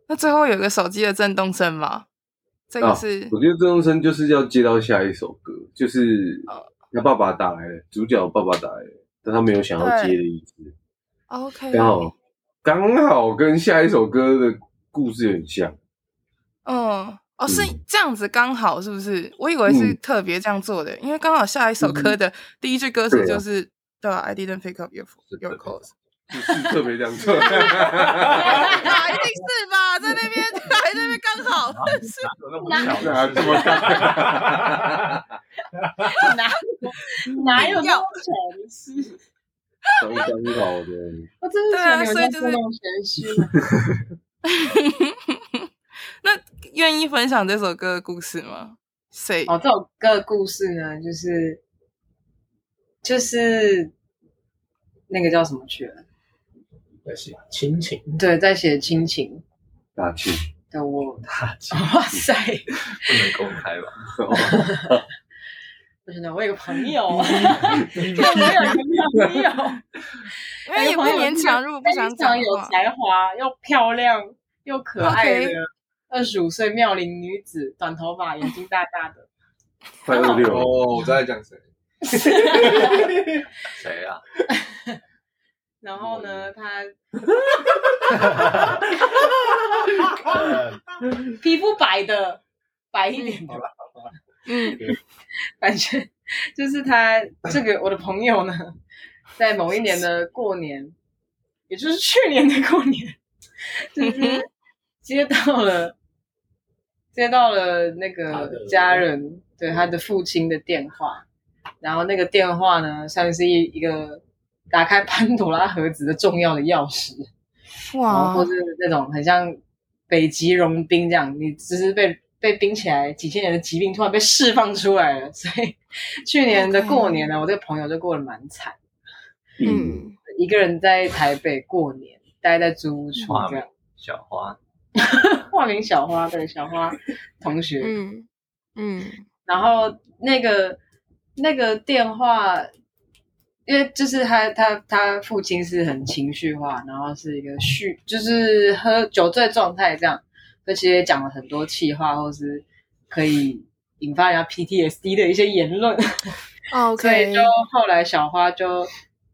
Speaker 2: 那最后有一个手机的震动声吗？这
Speaker 6: 啊
Speaker 2: 个是
Speaker 6: 我觉得这种声就是要接到下一首歌，就是
Speaker 4: 哦
Speaker 6: 他爸爸打来了，主角爸爸打来了，但他没有想要接的意思，
Speaker 2: OK，
Speaker 6: 刚
Speaker 4: 啊
Speaker 6: 好刚好跟下一首歌的故事很像。
Speaker 2: 嗯，哦，
Speaker 6: 嗯
Speaker 2: 是这样子刚好是不是？我以为是
Speaker 6: 嗯
Speaker 2: 特别这样做的，因为刚好下一首歌的第一句歌词就是、对啊，I didn't pick up your your calls， [LAUGHS]
Speaker 6: 就是特别这样
Speaker 7: [LAUGHS]
Speaker 6: 做，
Speaker 2: 啊，一定是吧？在那边 [LAUGHS] 还在那边刚
Speaker 7: [LAUGHS]
Speaker 2: 好，是
Speaker 6: 哪啊这么大？
Speaker 8: 哪哪有那
Speaker 2: 要
Speaker 8: 么巧的事？
Speaker 6: 刚刚好的，
Speaker 4: 我真的
Speaker 2: 对啊
Speaker 4: 觉得你
Speaker 2: 所以
Speaker 4: 们
Speaker 2: 就
Speaker 4: 在
Speaker 2: 是
Speaker 4: 故弄玄
Speaker 2: [LAUGHS]
Speaker 4: 虚吗？
Speaker 2: 那愿意分享这首歌的故事吗？谁？
Speaker 4: 哦，这首歌的故事呢，就是就是那个叫什么去了？
Speaker 5: 在写亲情，
Speaker 4: 对，在写亲情
Speaker 6: 大庆，
Speaker 4: 的我，
Speaker 8: 哇塞，
Speaker 7: 不能公开吧？
Speaker 4: 不是呢，我有个朋友
Speaker 8: 我
Speaker 4: 啊，
Speaker 8: 有一个朋友，
Speaker 2: 因为也不勉强，如果不想
Speaker 4: 非
Speaker 2: 讲的
Speaker 4: 常有
Speaker 2: 话，
Speaker 4: 才华，又漂亮又可爱的
Speaker 2: OK
Speaker 4: 二十五岁妙龄女子，短头发，眼睛大大的，
Speaker 6: 快二六了，
Speaker 3: 哦，我在讲谁？
Speaker 7: 谁啊？
Speaker 4: 然后呢，她皮肤白的，白一点的，
Speaker 2: 嗯，
Speaker 4: 反正就是他这个我的朋友呢，在某一年的过年，也就是去年的过年， [LAUGHS] 就是接到了接到了那
Speaker 5: 他
Speaker 4: 个
Speaker 5: 的
Speaker 4: 家人对他的父亲的电话，然后那个电话呢，像是一一个打开潘多拉盒子的重要的钥匙。然
Speaker 2: 哇，
Speaker 4: 后或是那种很像北极融冰这样，你只是被被冰起来几千年的疾病突然被释放出来了。 [LAUGHS] 所以去年的过年呢，我这个朋友就过得蛮惨，
Speaker 6: 嗯，
Speaker 2: 嗯，
Speaker 4: 一个人在台北过年，待在租屋处这样。 [LAUGHS]
Speaker 7: 小花，
Speaker 4: 化名小花，对小花同学，
Speaker 2: 嗯嗯，
Speaker 4: 然后那个那个电话，因为就是他他他父亲是很情绪化，然后是一个酗，就是喝酒醉状态这样，而且讲了很多气话，或是可以引发人家 PTSD 的一些言论，所以
Speaker 2: 哦 OK，
Speaker 4: 就后来小花就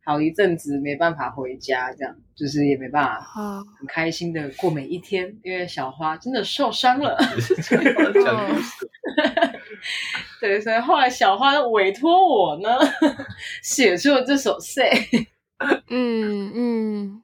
Speaker 4: 好一阵子没办法回家，这样就是也没办法
Speaker 2: 好，
Speaker 4: 很开心的过每一天，因为小花真的受伤了。
Speaker 7: 讲故事
Speaker 4: 对，所以后来小花委托我呢，写出了这首《Say》，
Speaker 2: 嗯嗯，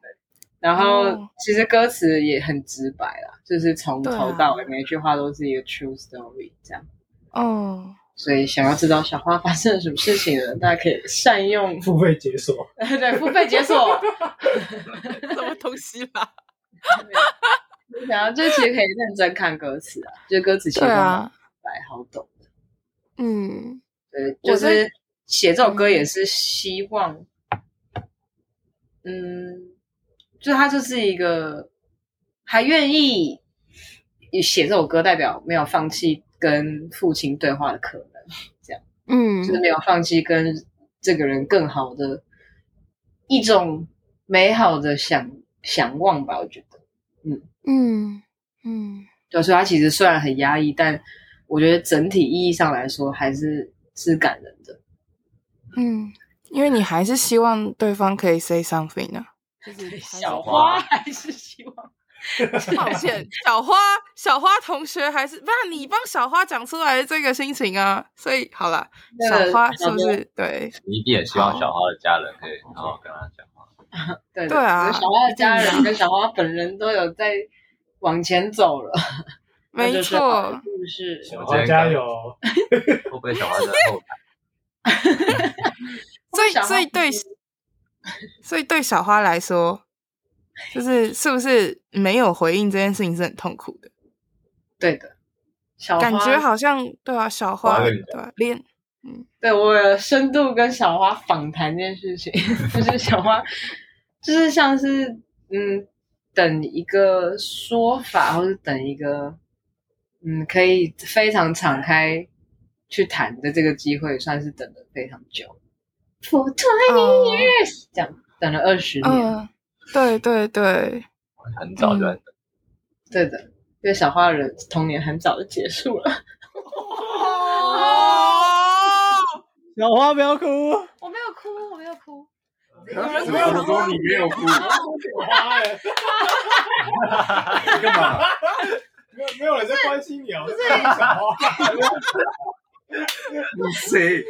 Speaker 4: 然后
Speaker 2: 哦
Speaker 4: 其实歌词也很直白啦，就是从
Speaker 2: 对啊
Speaker 4: 头到尾每一句话都是一个 true story 这样。
Speaker 2: 哦，
Speaker 4: 所以想要知道小花发生了什么事情呢？大家可以善用 [LAUGHS]
Speaker 5: 付费解锁，
Speaker 4: 对付费解
Speaker 2: [LAUGHS]
Speaker 4: 锁。
Speaker 2: [LAUGHS] 什么东西啦？
Speaker 4: 然后这其实可以认真看歌词啊，就歌词写的
Speaker 2: 对
Speaker 4: 白
Speaker 2: 啊，
Speaker 4: 好懂。
Speaker 2: 嗯，
Speaker 4: 对，
Speaker 2: 我
Speaker 4: 就是
Speaker 2: 在嗯
Speaker 4: 写这首歌也是希望，嗯，就他就是一个还愿意写这首歌，代表没有放弃跟父亲对话的可能，
Speaker 2: 嗯
Speaker 4: 就是没有放弃跟这个人更好的一种美好的想想望吧。我觉得，
Speaker 2: 嗯嗯，
Speaker 4: 对，所以他其实虽然很压抑，但我觉得整体意义上来说还是是感人的。
Speaker 2: 嗯，因为你还是希望对方可以 say something 啊。
Speaker 4: 小
Speaker 7: 花
Speaker 4: 花还是希望。 [LAUGHS]
Speaker 2: 抱歉，小花，小花同学还是不然你帮小花讲出来这个心情啊。所以好了，
Speaker 4: 那个
Speaker 2: 小花是
Speaker 4: 小
Speaker 2: 不
Speaker 4: 的
Speaker 2: 是对？
Speaker 7: 你一定也希望小花的家人可以好好跟他讲话。
Speaker 4: 对
Speaker 2: 对啊
Speaker 4: 有小花的
Speaker 2: 一
Speaker 4: 家
Speaker 2: 定
Speaker 4: 人
Speaker 2: 的
Speaker 4: 跟小花本人都有在往前走
Speaker 2: [LAUGHS]
Speaker 4: 了，那
Speaker 2: 没
Speaker 4: 就是好
Speaker 2: 错
Speaker 4: 的，故事。
Speaker 5: 小花加油！
Speaker 7: 会不会小花在后台？
Speaker 2: 所以
Speaker 4: 小花
Speaker 2: 所以对，所以对小花来说，就是是不是没有回应这件事情是很痛苦的
Speaker 4: 对的，小花
Speaker 2: 感觉，好像对啊，小花
Speaker 7: 花跟你
Speaker 2: 对啊，连
Speaker 4: 对我有深度跟小花访谈这件事情， [LAUGHS] 就是小花，就是像是嗯，等一个说法，或者等一个嗯，可以非常敞开去谈的这个机会，算是等了非常久。For twenty
Speaker 2: 哦
Speaker 4: years，、这样等了二十年。
Speaker 2: 嗯，对对对，
Speaker 7: 很早就在等。
Speaker 4: 对的，因为小花人童年很早就结束
Speaker 2: [LAUGHS]
Speaker 4: 了。
Speaker 2: 哦，
Speaker 9: 小花不要哭，
Speaker 4: 我没有哭，我没有哭。
Speaker 6: 啊怎么说你没有哭？
Speaker 5: 花欸
Speaker 6: 你干嘛？
Speaker 5: 没有没有人在关心你啊！不是小花，
Speaker 6: 你谁？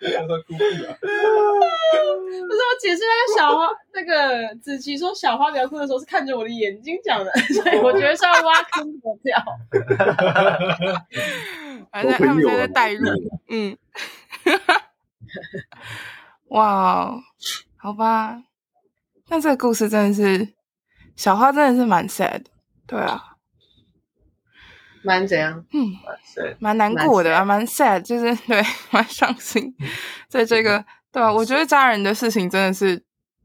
Speaker 3: 他说哭不了。
Speaker 4: 不是我解释那个小花，那个子琪说小花不要哭的时候是看着我的眼睛讲的，
Speaker 2: [LAUGHS]
Speaker 4: 所以我觉得是要挖坑我掉。
Speaker 2: 反正
Speaker 6: 我
Speaker 2: 他
Speaker 6: 朋
Speaker 2: 们
Speaker 6: 友
Speaker 2: 现在
Speaker 6: 啊
Speaker 2: 代入，嗯，哇哦，好吧，那这个故事真的是小花，真的是蛮 sad，的对啊，
Speaker 4: 蛮怎样？
Speaker 2: 嗯，[LAUGHS]
Speaker 7: 对，
Speaker 2: 蛮难过的啊，蛮 sad，就是对，蛮伤心，在这个对啊，我觉得家人的事情真的是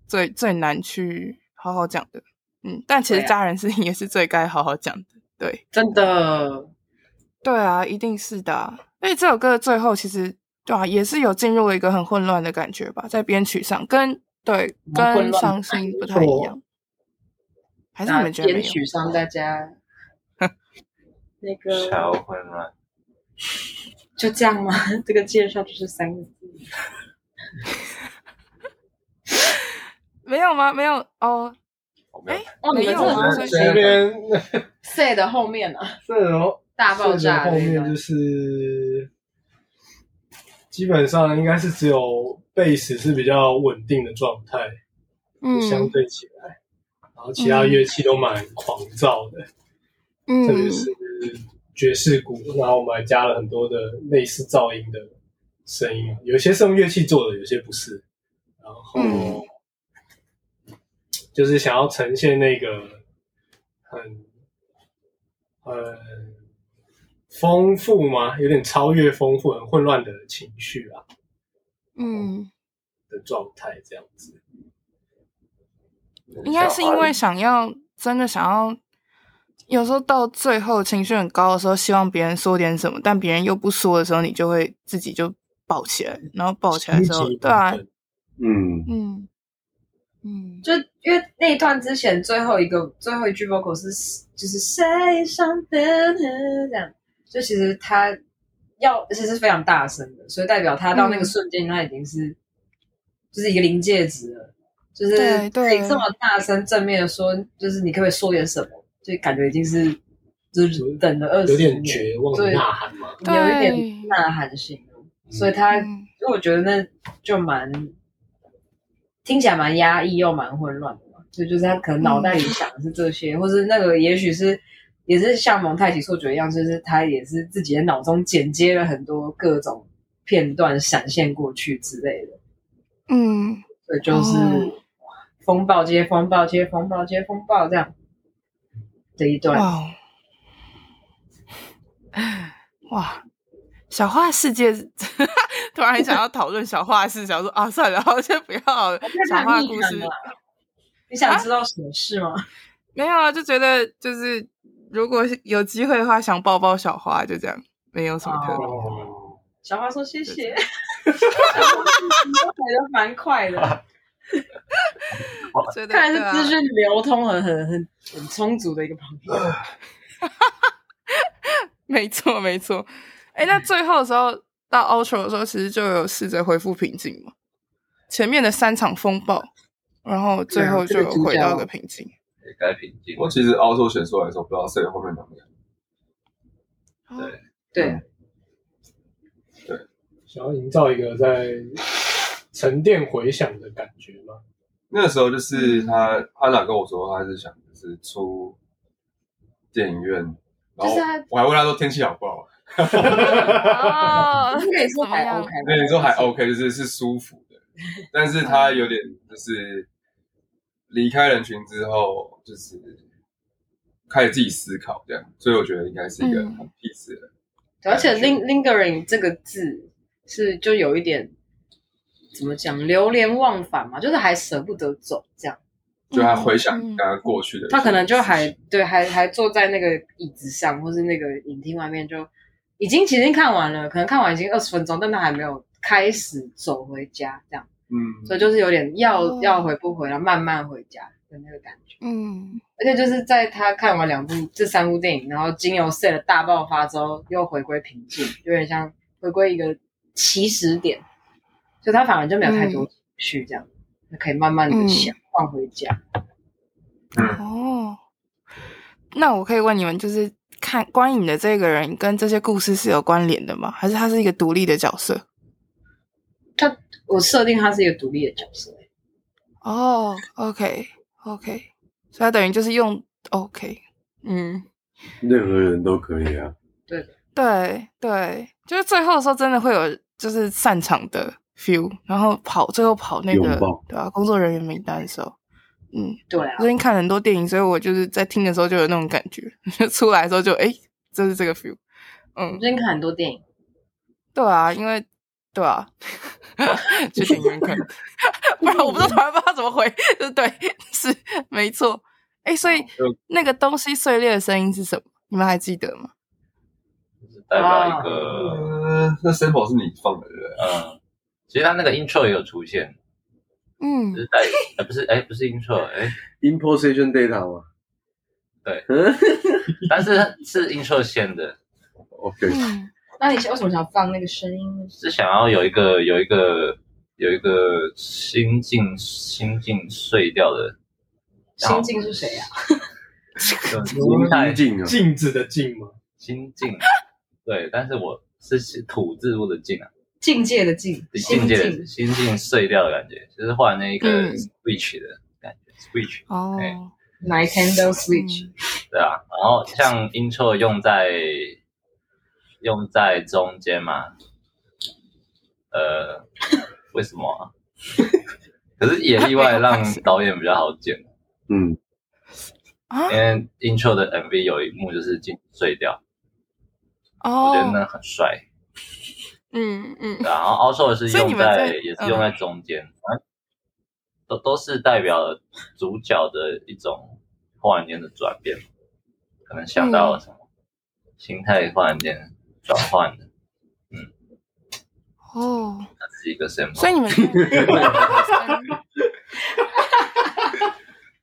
Speaker 2: 最最难去好好讲的，嗯，但其实
Speaker 4: 对啊
Speaker 2: 家人事情也是最该好好讲的，对。
Speaker 4: 真的，
Speaker 2: 对啊，一定是的啊、因为这首歌的最后其实对啊，也是有进入了一个很混乱的感觉吧，在编曲上跟对
Speaker 4: 蛮混
Speaker 2: 跟
Speaker 4: 乱的
Speaker 2: 伤心不太一样，还是你
Speaker 4: 那
Speaker 2: 们觉得没
Speaker 4: 编
Speaker 2: 有？
Speaker 4: 曲上大家那
Speaker 7: 小
Speaker 4: 个
Speaker 7: 混乱，
Speaker 4: 就这样吗？ [LAUGHS] 这个介绍就是三个字，
Speaker 2: [LAUGHS] 没有吗？没有
Speaker 5: [LAUGHS]
Speaker 2: 哦，
Speaker 3: 好没有
Speaker 2: 哎
Speaker 4: 哦
Speaker 2: 没
Speaker 4: 你们
Speaker 2: 有
Speaker 4: 真的
Speaker 2: 吗？所
Speaker 4: 很
Speaker 2: 以
Speaker 3: 现在
Speaker 5: 这边
Speaker 4: C 的后面啊，
Speaker 5: 这然后
Speaker 4: 大爆炸
Speaker 5: 后
Speaker 4: 的那
Speaker 5: 面
Speaker 4: 种
Speaker 5: 就是基本上应该是只有贝斯是比较稳定的状态，相
Speaker 2: 嗯
Speaker 5: 对起来，然后其他乐器都蛮狂躁的，特别
Speaker 2: 嗯，
Speaker 5: 是爵士鼓，然后我们还加了很多的类似噪音的声音，有些是用乐器做的，有些不是。然后
Speaker 2: 嗯
Speaker 5: 就是想要呈现那个很很丰富吗？有点超越丰富、很混乱的情绪啊
Speaker 2: 嗯，
Speaker 5: 的状态，这样子。哦
Speaker 2: 应该是因为想要真的想要，有时候到最后情绪很高的时候，希望别人说点什么，但别人又不说的时候，你就会自己就抱起来，然后抱起来之后，
Speaker 5: 心急
Speaker 2: 对啊
Speaker 5: 部，分
Speaker 6: 嗯，
Speaker 2: 嗯嗯，
Speaker 4: 就因为那一段之前最后一个最后一句 vocal 是就是谁上灯这样，就其实他要其实是非常大声的，所以代表他到那个
Speaker 2: 嗯
Speaker 4: 瞬间他已经是、就是一个临界值了，就是
Speaker 2: 对对
Speaker 4: 可以这么大声正面的说，就是你可不可以说点什么？就感觉已经是就是等了二十
Speaker 5: 有
Speaker 4: 年，
Speaker 5: 点绝望的
Speaker 4: 对
Speaker 5: 呐喊嘛。
Speaker 4: 有
Speaker 2: 对
Speaker 4: 一点呐喊性了，所以他
Speaker 2: 嗯
Speaker 4: 所以我觉得那就蛮听起来蛮压抑又蛮混乱的嘛，所以就是他可能脑袋里想的是这些，
Speaker 2: 嗯
Speaker 4: 或是那个也许是也是像蒙太奇错觉一样，就是他也是自己的脑中剪接了很多各种片段闪现过去之类的，
Speaker 2: 嗯，
Speaker 4: 所以就是、
Speaker 2: 哦
Speaker 4: 哇风暴接风暴接风暴接风暴这样的一段，
Speaker 2: 哇 [LAUGHS] 哇，小画世界 [LAUGHS] 突然很想要讨论小画室，想说啊，算了，我先不要好了小画故事。
Speaker 4: 啊你想知道什么事吗？
Speaker 2: 没有啊，就觉得就是如果是有机会的话，想抱抱小花，就这样，没有什么特别。
Speaker 5: 哦，
Speaker 4: 小花说谢哎谢，来的蛮快的。
Speaker 2: 觉得
Speaker 4: 哦看
Speaker 2: 对
Speaker 4: 来
Speaker 2: 啊
Speaker 4: 是资讯流通很很很很充足的一个朋友。
Speaker 2: 没错没错。哎，
Speaker 4: 嗯
Speaker 2: 那最后的时候到 outro 的时候，其实就有试着恢复平静嘛。前面的三场风暴，然后最
Speaker 4: 啊
Speaker 2: 后就有回到一个平静。
Speaker 7: 也该平静。
Speaker 3: 我其实哦凹错选出来的时候，不知道谁后面两个，
Speaker 4: 对，
Speaker 5: 想要营造一个在沉淀回响的感觉嘛。
Speaker 3: 那时候就是他安娜跟我说，他是想就是出电影院，
Speaker 4: 就
Speaker 3: 然后
Speaker 4: 是他
Speaker 3: 我还问他说天气好不好，
Speaker 2: 哦，
Speaker 4: 这个也是还
Speaker 2: 怎么样
Speaker 4: OK，
Speaker 3: 那你说还 OK，就是是舒服的，但是他有点就是离开人群之后，就是开始自己思考这样，所以我觉得应该是一个很 peace 的人。
Speaker 4: 对而且 ling lingering 这个字是就有一点怎么讲，流连忘返嘛，就是还舍不得走这样。
Speaker 3: 就他回想
Speaker 2: 嗯嗯
Speaker 3: 刚刚过去的事情，
Speaker 4: 他可能就还对，还还坐在那个椅子上，或是那个影厅外面就，已经其实看完了，可能看完已经二十分钟，但他还没有开始走回家这样，所
Speaker 3: 嗯，
Speaker 4: 以就是有点要、
Speaker 2: 哦
Speaker 4: 要回不回，然后慢慢回家的那个感觉。
Speaker 2: 嗯，
Speaker 4: 而且就是在他看完两部这三部电影，然后经由 C 的大爆发之后，又回归平静，有点像回归一个起始点，所以他反而就没有太
Speaker 2: 嗯
Speaker 4: 多情绪，这样、就可以慢慢的想放回家。
Speaker 2: 哦，那我可以问你们，就是看观影的这个人跟这些故事是有关联的吗？还是他是一个独立的角色？
Speaker 4: 我设定他是一个独立的角色，欸
Speaker 2: 哦，OK OK，所以他等于就是用 OK，嗯，
Speaker 6: 任何人都可以啊。
Speaker 2: 对对，就是最后的时候真的会有就是散场的 feel，然后跑最后跑那个
Speaker 6: 拥抱
Speaker 2: 对啊，工作人员名单的时候，嗯，
Speaker 4: 对啊
Speaker 2: 我，最近看了很多电影，所以我就是在听的时候就有那种感觉， [LAUGHS] 出来的时候就哎，诶这是这个 feel，嗯
Speaker 4: 我，最近看很多电影，
Speaker 2: 对啊，因为对
Speaker 7: [LAUGHS]
Speaker 2: 啊，就挺诚恳，不然我不知道台湾不知道怎么回， [LAUGHS] 对对？是没错。哎，所
Speaker 7: 哦
Speaker 2: 以
Speaker 3: 就
Speaker 2: 那个东西碎裂的声音是什么？你们还记得吗？
Speaker 7: 代表一个，
Speaker 3: 呃，那 sample 是你放的对不对？
Speaker 7: 嗯，其实它那个 intro 也有出现，
Speaker 2: 嗯
Speaker 7: 就，是代，呃，不是，哎，不是 intro，哎，
Speaker 6: imposition data 吗
Speaker 7: 但是是 intro 先的，
Speaker 6: ？OK，
Speaker 7: 哎
Speaker 2: 嗯
Speaker 8: 那你是为什么想放那个声音？
Speaker 7: 是想要有一个有一个有一个心境心境碎掉的
Speaker 8: 心
Speaker 7: 哦
Speaker 8: 境是谁啊？
Speaker 7: 这种心态
Speaker 6: 阴茎啊，
Speaker 5: 镜子的镜吗？
Speaker 7: 心境，对，但是我是土字部的境啊，
Speaker 8: 境界的境，
Speaker 7: 境
Speaker 8: 心
Speaker 7: 界的
Speaker 8: 境。
Speaker 7: 心境碎掉的感觉，就是换那个
Speaker 2: 嗯
Speaker 7: switch 的感觉、s w i t c h
Speaker 2: 哦，
Speaker 7: 哎
Speaker 8: Nintendo Switch，
Speaker 7: 对啊，然后像 intro 用在用在中间嘛，呃，为什么、啊？ [LAUGHS] 可是也意
Speaker 8: [LAUGHS]
Speaker 7: 外让导演比较好剪，
Speaker 6: 嗯，
Speaker 2: 啊
Speaker 7: 因为 intro 的 MV 有一幕就是进碎掉，我觉得
Speaker 2: 哦，
Speaker 7: 那很帅。
Speaker 2: 嗯
Speaker 7: [LAUGHS]
Speaker 2: 嗯
Speaker 7: 对啊然后 outro 是
Speaker 2: 所以你
Speaker 7: 用
Speaker 2: 们
Speaker 7: 在
Speaker 2: 在嗯
Speaker 7: 也是用在中间，反正都都是代表了主角的一种忽然间的转变，可能想到了什么，
Speaker 2: 嗯
Speaker 7: 心态忽然间转换的。
Speaker 2: 哦，
Speaker 7: 是一个 sample，
Speaker 2: 所以你们
Speaker 7: [LAUGHS]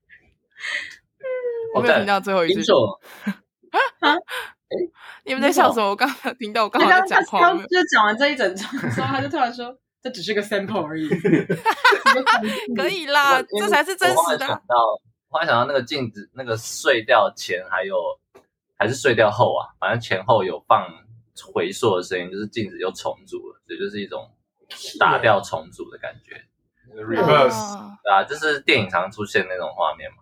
Speaker 7: 哦
Speaker 2: 我没有听到最后一句
Speaker 7: 英，雄
Speaker 2: 你们在笑什么？我刚刚没有听到，我刚好在讲话。
Speaker 8: 刚
Speaker 2: 没有
Speaker 8: 就讲完这一整串之后，他就突然
Speaker 4: [LAUGHS]
Speaker 8: 说：“这只是个 sample 而已。
Speaker 2: 可以啦，这才是真
Speaker 7: 我忽
Speaker 2: 实
Speaker 7: 然
Speaker 2: 的
Speaker 7: 想
Speaker 2: 啊。
Speaker 7: 到，忽然想到那个镜子，那个碎掉前还有还是碎掉后啊，反正前后有放回溯的声音，就是镜子又重组了，这就是一种打掉重组的感觉，
Speaker 3: reverse
Speaker 2: 哦
Speaker 7: 对啊，就是电影常出现那种画面嘛，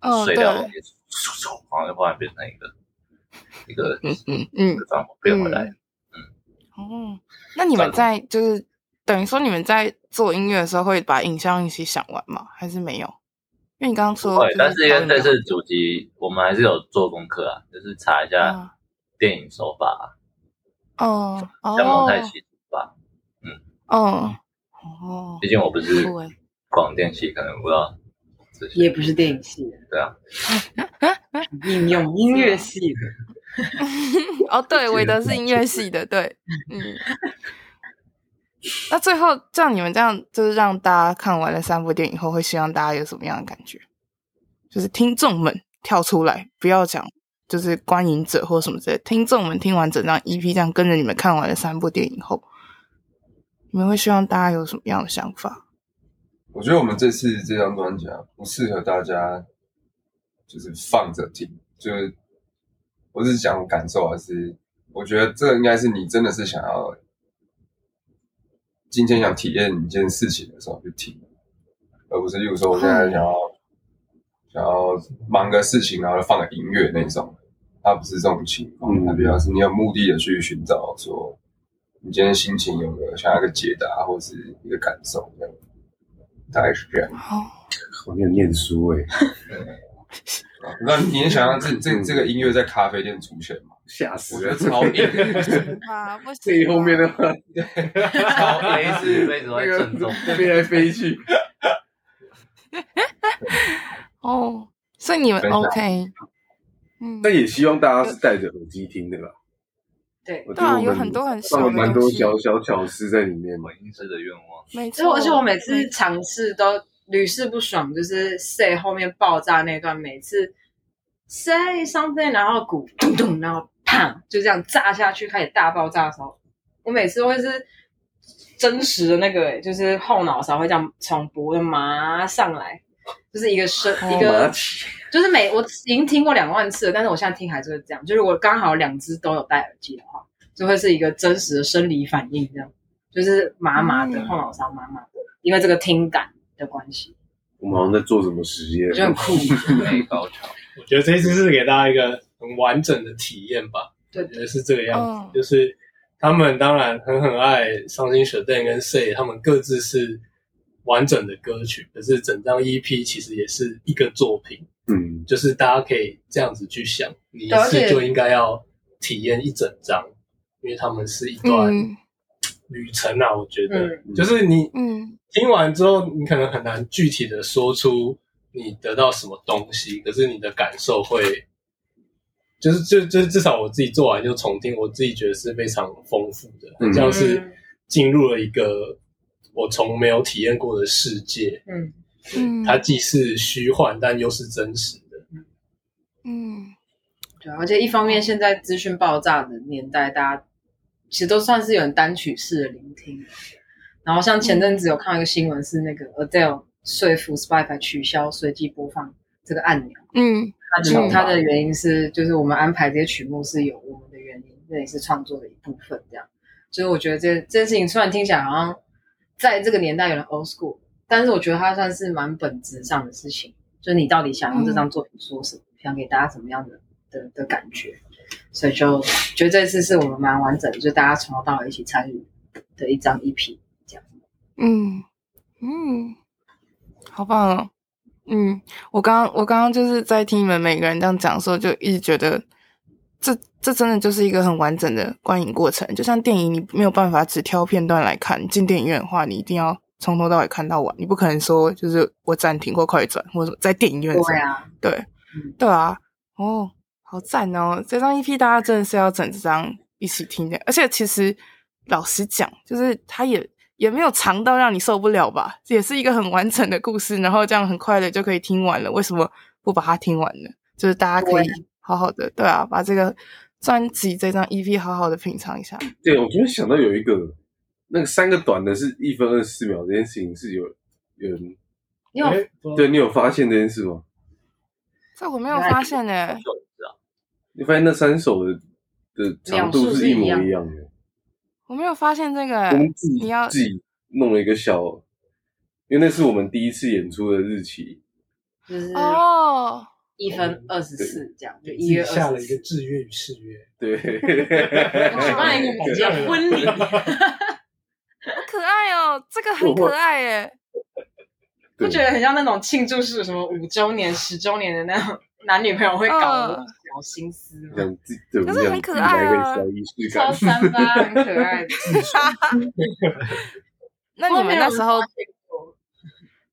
Speaker 2: 嗯，
Speaker 7: 碎
Speaker 2: 对，
Speaker 7: 掉的东西嗖嗖然后就忽然变成一个一个
Speaker 2: 嗯嗯嗯
Speaker 7: 一，个转变回来，
Speaker 2: 哦，那你们在就是等于说你们在做音乐的时候会把影像一起想完吗？还是没有？因为你刚刚说
Speaker 7: 对
Speaker 2: 就，
Speaker 7: 但是因
Speaker 2: 导
Speaker 7: 为
Speaker 2: 演没
Speaker 7: 这
Speaker 2: 有
Speaker 7: 次主题，我们还是有做功课啊，就是查一
Speaker 2: 嗯
Speaker 7: 下电影手法啊。
Speaker 2: 哦
Speaker 7: 像蒙太
Speaker 2: 哦
Speaker 7: 奇吧，嗯
Speaker 2: 哦哦，
Speaker 7: 毕竟我不是
Speaker 2: 酷欸
Speaker 7: 广电系，可能不知道这些。
Speaker 4: 也不是电影系的，
Speaker 7: 对啊，
Speaker 4: 应用音乐系的。
Speaker 2: 哦，对，韦德是音乐系的，对，嗯。那最后，像你们这样，就是让大家看完了三部电影后，会希望大家有什么样的感觉？就是听众们跳出来，不要讲就是观影者或什么之类的，听众们听完整张 EP，这样跟着你们看完了三部电影后，你们会希望大家有什么样的想法？
Speaker 3: 我觉得我们这次这张专辑啊，不适合大家就是放着听，就是我只是讲感受啊，是我觉得这应该是你真的是想要今天想体验一件事情的时候去听，而不是例如说我现在想要、想要忙个事情，然后放个音乐那种，它不是这种情况，它比较是你有目的的去寻找说你今天心情有没有想要一个解答或是一个感受这样。大概是这样。
Speaker 6: 我没有念书哎，
Speaker 3: 啊那你也想象这这这个音乐在咖啡店出现吗？
Speaker 6: 吓
Speaker 3: 我
Speaker 6: 死
Speaker 3: 觉得
Speaker 6: 人！
Speaker 3: 超硬，
Speaker 2: 啊，不行
Speaker 6: 最后面的话，
Speaker 7: [LAUGHS] 超 A 是被子
Speaker 6: 那
Speaker 7: 会
Speaker 6: 个
Speaker 7: 震动，
Speaker 6: 飞来飞去，
Speaker 2: 哦，所以你们
Speaker 3: 分享
Speaker 2: OK，嗯，
Speaker 6: 但也希望大家是戴着耳机听的啦。
Speaker 8: 对
Speaker 6: 我觉
Speaker 2: 对
Speaker 6: 得
Speaker 2: 啊，
Speaker 6: 我
Speaker 2: 有
Speaker 6: 们
Speaker 2: 很多很小
Speaker 6: 放了
Speaker 2: 的
Speaker 6: 蛮
Speaker 2: 东
Speaker 6: 多
Speaker 2: 西
Speaker 6: 小小巧思在里面嘛
Speaker 7: 我。音师的愿望。
Speaker 2: 没
Speaker 4: 所以
Speaker 2: 错，嗯
Speaker 4: 而且我每
Speaker 2: 没
Speaker 4: 次尝试都屡试不爽，就是 say 后面爆炸那段，每次 say something，然后鼓咚咚，然后砰，就这样炸下去，开始大爆炸的时候，我每次都会是真实的那个、欸就是后脑勺会这样从脖子麻上来，就是一个声、
Speaker 8: 哦
Speaker 4: 一
Speaker 6: 马
Speaker 4: 个，
Speaker 6: 奇
Speaker 4: 就是每我已经听过两万次了，但是我现在听还是会这样，就是我刚好两只都有戴耳机的话，就会是一个真实的生理反应这样。就是麻麻的
Speaker 2: 嗯
Speaker 4: 后脑勺麻麻的，因为这个听感的关系，
Speaker 6: 我们好像在做什么实验啊
Speaker 4: 我？觉得很酷。
Speaker 7: 内高潮，
Speaker 5: 我觉得这次是给大家一个很完整的体验吧。
Speaker 4: 对
Speaker 5: 我觉得是这个样子，
Speaker 2: 嗯
Speaker 5: 就是他们当然很很爱伤心雪蛋跟 Say，他们各自是完整的歌曲，可是整张 EP 其实也是一个作品，
Speaker 6: 嗯，
Speaker 5: 就是大家可以这样子去想，你一
Speaker 4: 对而且
Speaker 5: 次就应该要体验一整张，因为他们是一段
Speaker 2: 嗯
Speaker 5: 旅程啊，我觉得、
Speaker 8: 嗯
Speaker 5: 就是你
Speaker 2: 嗯，
Speaker 5: 听完之后，你可能很难具体的说出你得到什么东西，可是你的感受会，就是就就至少我自己做完就重听，我自己觉得是非常丰富的，
Speaker 6: 嗯
Speaker 5: 很像是进入了一个我从没有体验过的世界，
Speaker 4: [LAUGHS]
Speaker 8: 嗯
Speaker 2: 嗯
Speaker 5: 它既是虚幻，但又是真实的。
Speaker 2: 嗯，
Speaker 4: 对啊，而且一方面现在资讯爆炸的年代，大家其实都算是有点单曲式的聆听。然后像前阵子有看到一个新闻，是那个 Adele 说服 Spotify 取消随机播放这个按钮，
Speaker 2: 嗯，
Speaker 4: 他
Speaker 2: 嗯
Speaker 4: 的他的原因是，就是我们安排这些曲目是有我们的原因，这也是创作的一部分，这样。所以我觉得这这件事情虽然听起来好像在这个年代有点 old school，但是我觉得它算是蛮本质上的事情，就是你到底想用这张作品说什么，想给大家什么样的的的感觉。所以就觉得这次是我们蛮完整的，就大家从头到尾一起参与的一张 EP。
Speaker 2: 嗯，嗯，好棒哦！嗯，我刚刚我刚刚就是在听你们每个人这样讲的时候，就一直觉得这这真的就是一个很完整的观影过程。就像电影，你没有办法只挑片段来看。你进电影院的话，你一定要从头到尾看到完，你不可能说就是我暂停或快转，或者在电影院的时候
Speaker 4: 对啊，
Speaker 2: 对，对啊，哦，好赞哦！这张 EP 大家真的是要整张一起听的，而且其实老实讲，就是它也也没有长到让你受不了吧，也是一个很完整的故事，然后这样很快的就可以听完了。为什么不把它听完呢？就是大家可以好好的，对啊，把这个专辑这张 EP 好好的品尝一下。
Speaker 6: 对，我突然想到有一个，那个三个短的是一分二十四秒这件事情是有有人
Speaker 4: 因为
Speaker 5: 诶不知道
Speaker 6: 对你有发现这件事吗？
Speaker 2: 这我没有发现呢、
Speaker 6: 你发现那三首的的长度是一模一样的。
Speaker 2: 我没有发现这个、
Speaker 6: 我们自己
Speaker 2: 你要
Speaker 6: 自己弄了一个小，因为那是我们第一次演出的日期，
Speaker 4: 就是
Speaker 2: 哦。
Speaker 4: 一分二十四这样，就
Speaker 5: 自
Speaker 4: 一
Speaker 5: 己
Speaker 4: 月
Speaker 5: 下
Speaker 4: 二
Speaker 5: 了
Speaker 4: 十
Speaker 5: 一个
Speaker 4: 四。
Speaker 5: 制约与誓约，
Speaker 6: 对，
Speaker 8: 举办一个结婚礼，
Speaker 2: 可爱哦，这个很可爱耶。
Speaker 8: 不觉得很像那种庆祝是什么五周年、十周年的那种男女朋友会搞的小心思吗？
Speaker 4: [LAUGHS]
Speaker 6: 想自己对我
Speaker 2: 可
Speaker 6: 们
Speaker 2: 是
Speaker 6: 想
Speaker 2: 很可
Speaker 6: 自己来一
Speaker 2: 爱
Speaker 6: 个
Speaker 2: 啊
Speaker 6: 小仪式
Speaker 8: 超
Speaker 6: 感。
Speaker 8: 三八，很可 [LAUGHS] 爱的。
Speaker 2: [LAUGHS] 那你们那时候，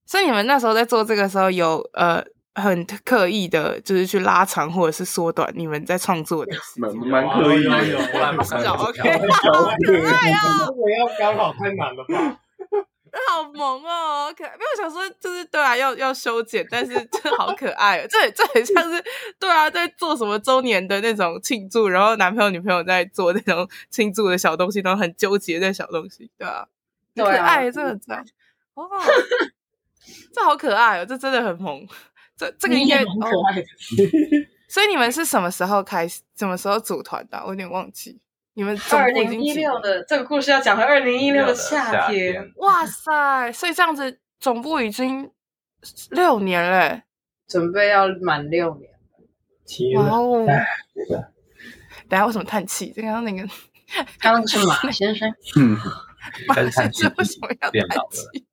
Speaker 2: 所以你们那时候在做这个时候有呃很刻意的，就是去拉长或者是缩短你们在创作的时
Speaker 6: 蛮
Speaker 2: 间。
Speaker 6: 蛮刻意的，
Speaker 5: 有啊有啊有啊
Speaker 2: 小 OK，
Speaker 6: 小
Speaker 2: 可爱啊，
Speaker 5: 我要刚好太难了吧？
Speaker 2: [LAUGHS] 好萌哦，好可爱。没有想说就是对啊，要要修剪，但是这好可爱哦，这这很像是对啊，在做什么周年的那种庆祝，然后男朋友女朋友在做那种庆祝的小东西，然后很纠结这小东西，对啊。
Speaker 4: 对
Speaker 2: 可
Speaker 4: 啊
Speaker 2: 爱，，这个很赞。 [LAUGHS] 哦，这好可爱哦，这真的很萌。这这个应
Speaker 8: 你也
Speaker 2: 该、
Speaker 8: 蛮可
Speaker 2: 哦，
Speaker 8: 爱的。
Speaker 4: [LAUGHS]
Speaker 2: 所以你们是什么时候开始？什么时候组团的啊、我有点忘记。你们总
Speaker 8: 二
Speaker 2: 部已经
Speaker 8: 零一
Speaker 2: 几
Speaker 8: 六的这个故事要讲回二零一六的夏天，
Speaker 7: 天，
Speaker 2: 哇塞！所以这样子，总部已经六年欸嘞。
Speaker 4: 准备要满六年。
Speaker 5: 天
Speaker 2: 哇
Speaker 5: 哪！
Speaker 2: 哦！
Speaker 5: 对
Speaker 2: 等一下为什么叹气？刚刚那 [LAUGHS] 个
Speaker 4: 刚刚是马先 [LAUGHS] 生，
Speaker 7: 开始叹气
Speaker 2: 是为什么要
Speaker 7: 变老
Speaker 2: 叹
Speaker 7: 了
Speaker 2: 气？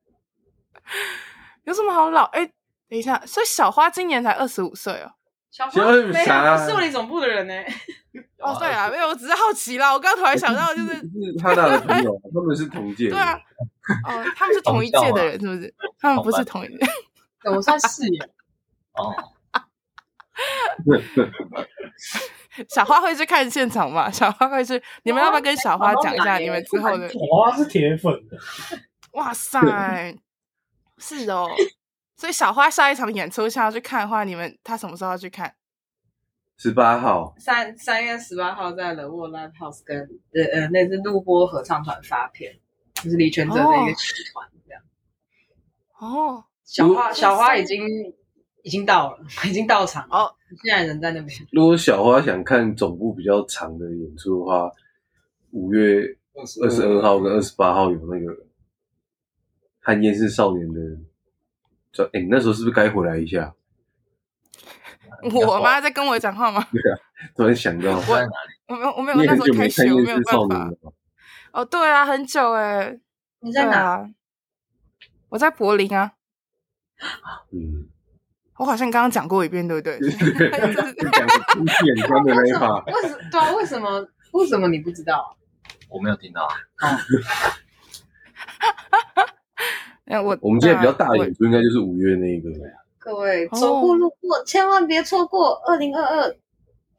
Speaker 2: [LAUGHS] 有什么好老？哎，等一下，所以小花今年才二十五岁哦。
Speaker 8: 小
Speaker 6: 小
Speaker 8: 花
Speaker 6: 花
Speaker 8: 没有
Speaker 6: 有啥
Speaker 8: 不是物理总部的人呢。
Speaker 2: 哦，对啊，没有，我只是好奇啦。我刚突然想到，就是
Speaker 6: 是他大的朋友，他们是同届
Speaker 2: [LAUGHS]
Speaker 6: 的。
Speaker 2: 对啊，哦，他们是同一届的人，是不是？他们不是同一届。
Speaker 4: 对我算是耶，
Speaker 7: 哦，
Speaker 2: 小花会去看现场嘛？ [LAUGHS] 小花会去，你们要不要跟小花讲一下
Speaker 4: 小花来耶
Speaker 2: 你们之后
Speaker 5: [LAUGHS]
Speaker 2: 的？
Speaker 5: 哇，是铁粉的，
Speaker 2: 哇塞， [LAUGHS] 是哦。所以小花下一场演出想要去看的话，你们她什么时候要去看？
Speaker 6: 十八号，
Speaker 4: [LAUGHS] 三三月十八号在冷沃 Live House 跟呃呃那是录播合唱团发片，就是李全哲的
Speaker 8: 哦
Speaker 4: 一个曲团这样。
Speaker 2: 哦，
Speaker 4: 小花小花已经已经到了， [LAUGHS] 已经到场了
Speaker 2: 哦，
Speaker 4: 现在人在
Speaker 1: [LAUGHS]
Speaker 4: 那边。
Speaker 6: 如果小花想看总部比较长的演出的话，五月
Speaker 3: 二十
Speaker 6: 二十二号跟二十八号有那个《看厌世少年》的专，哎、你那时候是不是该回来一下？
Speaker 2: 我妈在跟我讲话吗？
Speaker 6: 突然想到，
Speaker 7: 我在哪里？
Speaker 2: 我没有，我没有，
Speaker 6: 你也
Speaker 2: 那
Speaker 6: 很
Speaker 2: 时
Speaker 6: 久
Speaker 2: 候开
Speaker 6: 没看
Speaker 2: 学，我
Speaker 6: 厌
Speaker 2: 没有
Speaker 6: 世
Speaker 2: 办
Speaker 6: 少年
Speaker 2: 法
Speaker 6: 了。吧？
Speaker 2: 哦，对啊，很久哎、
Speaker 4: 你
Speaker 2: 对
Speaker 4: 在哪？
Speaker 2: 啊，我在柏林啊，
Speaker 6: 嗯，
Speaker 2: 我好像刚刚讲过一遍，对不
Speaker 6: [LAUGHS]
Speaker 2: 对？ [LAUGHS]
Speaker 6: 讲的出眼观的那一把，
Speaker 4: 为什对啊？为什么为什么你不知道啊？
Speaker 7: 我没有听到啊，
Speaker 2: 那我
Speaker 6: 我们现在比较大
Speaker 2: 我
Speaker 6: 的演出应该就是五月那个，
Speaker 1: 各位
Speaker 2: 哦
Speaker 1: 走过路过，千万别错过二零二二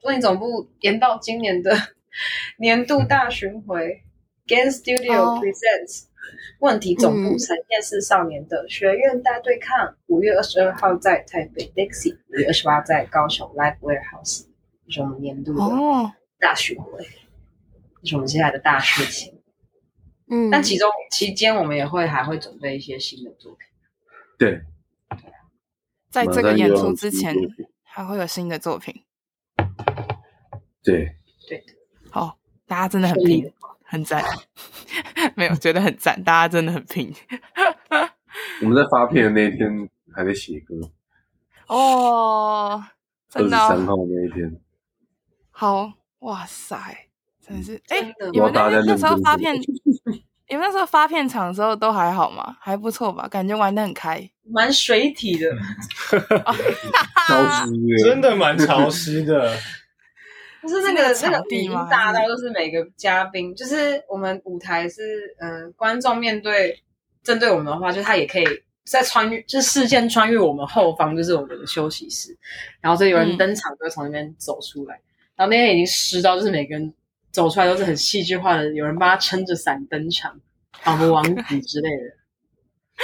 Speaker 1: 录影总部延到今年的 [LAUGHS] 年度大巡
Speaker 4: 哦
Speaker 1: 回。Game Studio
Speaker 2: 哦
Speaker 4: 嗯
Speaker 1: presents、问题总部呈现是少年的学院大对抗，五月二十二号在台北 Dixie，五月二十八在高雄 Live Warehouse，这是我们年度的
Speaker 2: 哦，
Speaker 1: 大巡回，这是我们接下来的大事情。
Speaker 2: 嗯，
Speaker 1: 但其中期间，我们也会还会准备一些新的作品。
Speaker 6: 对，
Speaker 2: 在这个
Speaker 6: 马上
Speaker 2: 演
Speaker 6: 又要
Speaker 2: 出之前
Speaker 6: 新作品
Speaker 2: 还会有新的作品，
Speaker 6: 对，
Speaker 2: 哦，大家真的很
Speaker 1: 顺利
Speaker 2: 拼，很赞， [LAUGHS] 没有觉得很赞，大家真的很拼
Speaker 6: 我们在发片的那一天还在写歌，
Speaker 2: 哦，
Speaker 6: 二
Speaker 2: 真
Speaker 6: 十
Speaker 2: 的哦、
Speaker 6: 三号那一天，
Speaker 2: 好，哇塞，真的是，哎、
Speaker 1: 真的
Speaker 2: 你们那
Speaker 6: 哇大家
Speaker 2: 边
Speaker 6: 认
Speaker 2: 那
Speaker 6: 真
Speaker 2: 时候发
Speaker 6: 真的
Speaker 2: 片，你们那时候发片场的时候都还好吗？还不错吧，感觉玩的很开，
Speaker 4: 蛮水体的，
Speaker 2: 啊
Speaker 6: 超级
Speaker 5: 真的蛮潮湿的。
Speaker 4: 就是那
Speaker 2: 是那
Speaker 4: 个
Speaker 2: 个
Speaker 4: 那
Speaker 2: 场
Speaker 4: 个
Speaker 2: 地
Speaker 4: 雨
Speaker 2: 吗
Speaker 4: 大到就是每个嘉宾，就是我们舞台是嗯、呃观众面对针对我们的话，就是他也可以在穿越，就是视线穿越我们后方，就是我们的休息室，然后所以有人
Speaker 2: 嗯
Speaker 4: 登场就会从那边走出来，然后那天已经湿到就是每个人走出来都是很戏剧化的，有人帮他撑着伞登场，仿佛王子之类的。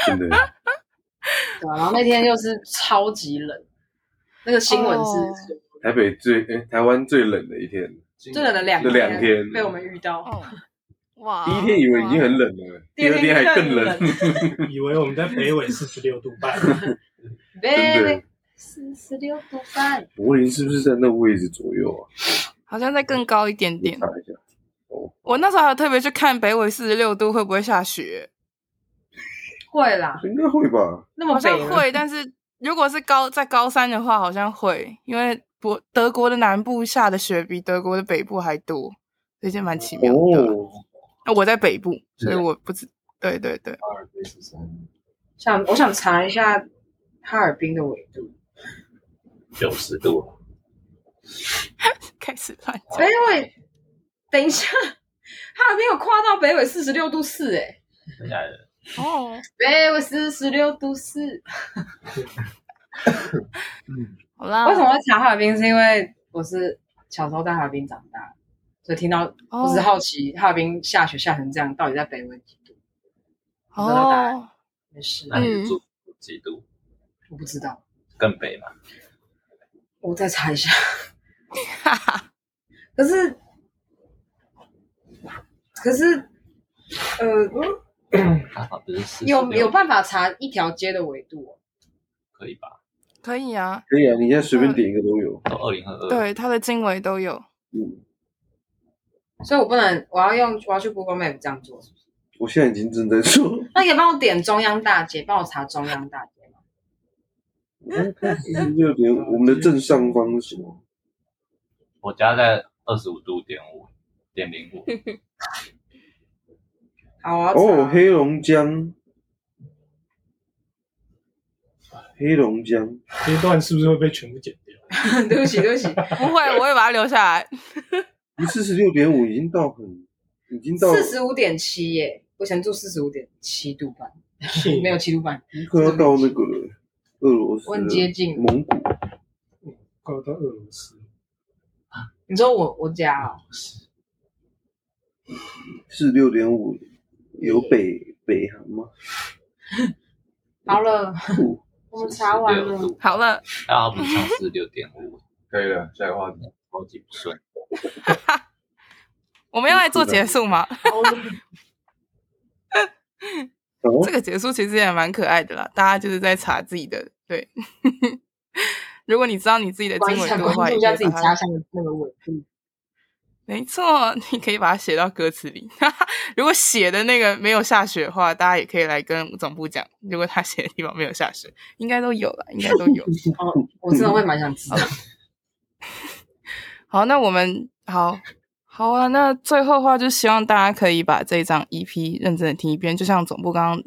Speaker 6: 真的，
Speaker 4: 对啊、然后那天又是超级冷，那个新闻是
Speaker 2: 哦
Speaker 4: 说
Speaker 6: 台北最哎台湾最冷的一天，
Speaker 4: 最冷的两
Speaker 6: 这两天
Speaker 4: 被我们遇 [LAUGHS] 到，
Speaker 2: 哦，哇，
Speaker 6: 第一天以为已经很冷
Speaker 4: 哦
Speaker 6: 了，第二天还更冷，
Speaker 5: 以为我们在北纬四十六度半，
Speaker 6: [LAUGHS] 真
Speaker 4: ，baby
Speaker 6: 的。
Speaker 1: 四十六度半，
Speaker 6: 柏林是不是在那位置左右啊？
Speaker 2: 好像再更高一点点
Speaker 6: [LAUGHS] 查。一下，
Speaker 2: 我那时候还有特别去看北纬四十六度会不会下雪，
Speaker 4: 会啦，
Speaker 6: 应该会吧？
Speaker 4: 那
Speaker 2: [LAUGHS] 好
Speaker 4: 么
Speaker 2: 像
Speaker 4: 北吗
Speaker 2: 会，但是如果是高在高山的话，好像会，因为博德国的南部下的雪比德国的北部还多，所以就蛮奇妙的。
Speaker 6: 哦，
Speaker 2: 那我在北部，
Speaker 7: 是
Speaker 2: 所以我不知。对对对，
Speaker 4: 想我想查一下哈尔滨的纬度，
Speaker 5: 九十度，
Speaker 2: 开始
Speaker 4: [LAUGHS]
Speaker 2: 乱讲。
Speaker 4: 北纬，等一下，哈尔滨有跨到北纬四十六度四哎、
Speaker 7: 等下人
Speaker 2: 哦，
Speaker 4: 北纬四十六度四，
Speaker 2: 好啦，
Speaker 4: 为什么会查哈尔滨？是因为我是小时候在哈尔滨长大，所以听到
Speaker 2: 哦
Speaker 4: 我只是好奇哈尔滨下雪下成这样，到底在北纬几度？我不知道答案
Speaker 2: 哦，
Speaker 4: 没事，
Speaker 7: 那你住几度？
Speaker 4: 我不知道，
Speaker 7: 更北嘛？
Speaker 4: 我再查一下。
Speaker 2: 哈哈，
Speaker 4: 可是，可是，呃，
Speaker 7: 还好不是四十
Speaker 4: 有
Speaker 7: 六
Speaker 4: 有办法查一条街的纬度、哦？
Speaker 7: 可以吧？
Speaker 2: 可以啊，
Speaker 6: 可以啊，你现在随便点一个都
Speaker 4: 嗯
Speaker 6: 有。
Speaker 7: 到二零二
Speaker 4: 呃
Speaker 7: 二，
Speaker 2: 对，它的经纬都有。 [LAUGHS]
Speaker 6: 嗯，
Speaker 4: 所以我不能，我要用我要去 Google Map 这样做。
Speaker 6: 我现在已经正在做，
Speaker 4: [LAUGHS] 那可以帮我点中央大街，帮我查中央大街吗？
Speaker 6: 六点，我们的正上方是什么？
Speaker 7: 我家在二十五度点五点零五，
Speaker 4: 好，我要查。
Speaker 6: 哦，黑龙江，黑龙江，
Speaker 5: 这一段是不是会被全部剪
Speaker 2: [LAUGHS]
Speaker 5: 掉？
Speaker 4: [LAUGHS] 对不起，对不起，
Speaker 2: 不会，我会把它留下来。
Speaker 6: 四十六点五已经到很，已经到
Speaker 4: 四十五点七耶，我以前住四十五点七度半，没有七度半，
Speaker 6: 快要到那个了俄罗斯
Speaker 4: 我
Speaker 6: 了，
Speaker 4: 很接近。
Speaker 6: 蒙古。
Speaker 5: 快要到俄罗斯，
Speaker 4: 你说我我家哦，
Speaker 6: 四六点五，有北北韩吗？
Speaker 4: 好了，
Speaker 6: 不
Speaker 4: 我们查完
Speaker 7: 46
Speaker 4: 了。
Speaker 7: 度，
Speaker 2: 好了，
Speaker 7: 还好不上四六点五，
Speaker 10: 可以了，下一个话题。
Speaker 7: 超级不顺。
Speaker 2: 我们要来做结束吗？
Speaker 6: 哦
Speaker 2: 这，个结束其实也蛮可爱的啦，大家就是在查自己的对。 [LAUGHS] 如果你知道你自己的
Speaker 4: 关
Speaker 2: 经纬
Speaker 4: 想
Speaker 2: 度的话，
Speaker 4: 关注
Speaker 2: 也
Speaker 4: 一下
Speaker 2: 可
Speaker 4: 自
Speaker 2: 以
Speaker 4: 己
Speaker 2: 把它
Speaker 4: 家乡的那个纬度，
Speaker 2: 没错，你可以把它写到歌词里。 [LAUGHS] 如果写的那个没有下雪的话，大家也可以来跟总部讲。如果他写的地方没有下雪，应该都有了，应该都有。
Speaker 4: 我
Speaker 2: 嗯
Speaker 4: 真的会蛮想知道。
Speaker 2: 好，那我们好好啊。那 E 最后的话，就希望大家可以把这一张 EP 认真的听一遍，就像总部刚刚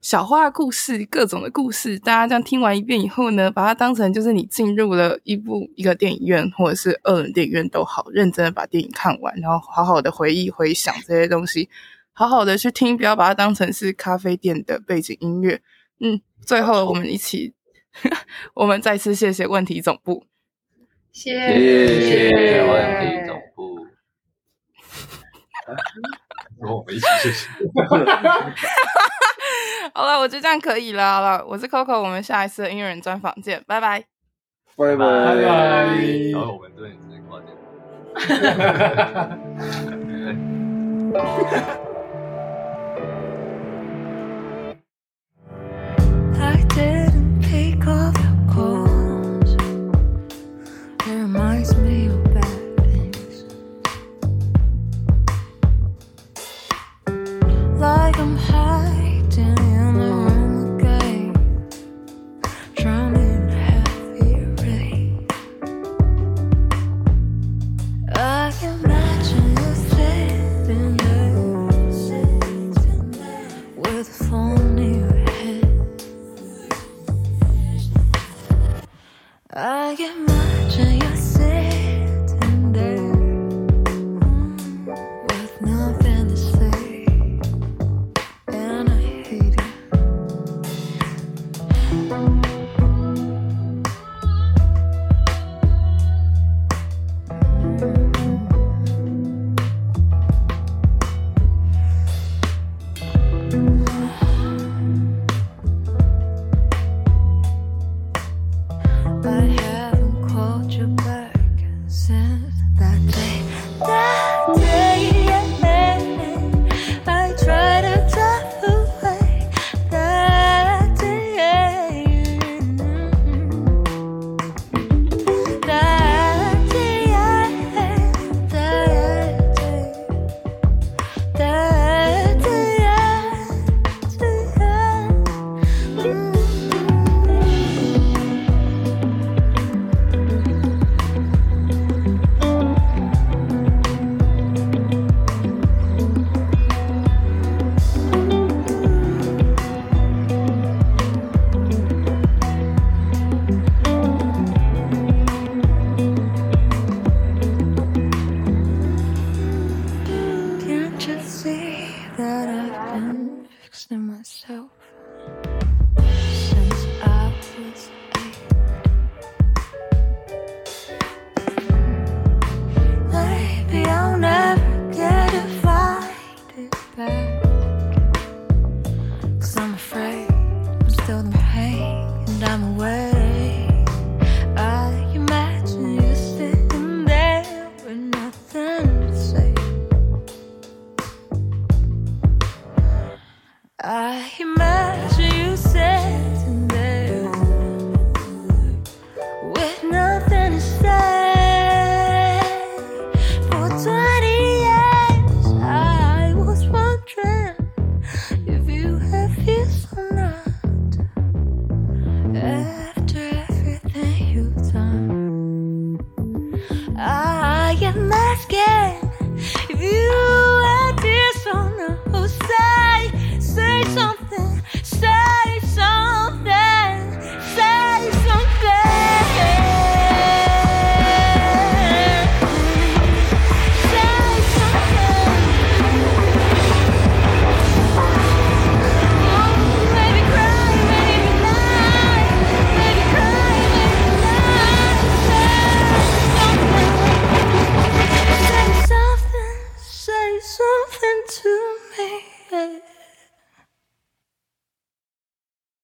Speaker 2: 小花的故事，各种的故事，大家这样听完一遍以后呢，把它当成就是你进入了一部一个电影院或者是二人电影院都好，认真的把电影看完，然后好好的回忆回想这些东西，好好的去听，不要把它当成是咖啡店的背景音乐。嗯，最后我们一起， [LAUGHS] 我们再次谢谢问题总部。
Speaker 8: 谢
Speaker 7: 谢谢问
Speaker 8: 问
Speaker 7: 题
Speaker 8: 题
Speaker 7: 总 [LAUGHS] 部，
Speaker 5: 然后我们一起谢谢。
Speaker 2: 好了，我觉得这样可以了。好了，我是 Coco，我们下一次的音乐人专访见，拜拜。
Speaker 6: 拜拜。
Speaker 7: 拜然后我们对你最挂点。
Speaker 1: I didn't pick off your calls. It reminds me of bad things. Like I'm hiding in the room again, trying to have you rain. I can imagine you sitting there with a phone in your hand. I can imagine you sitting there mm, with nothing to say, and I hate it. I haven't called you back since that day. That day, I try to drive away. That day, that day, that day. Mm-hmm. Can't you see that I've been fixing myself since I was eight? Maybe I'll never get to find it back. Cause I'm afraid I'm still in pain and I'm aware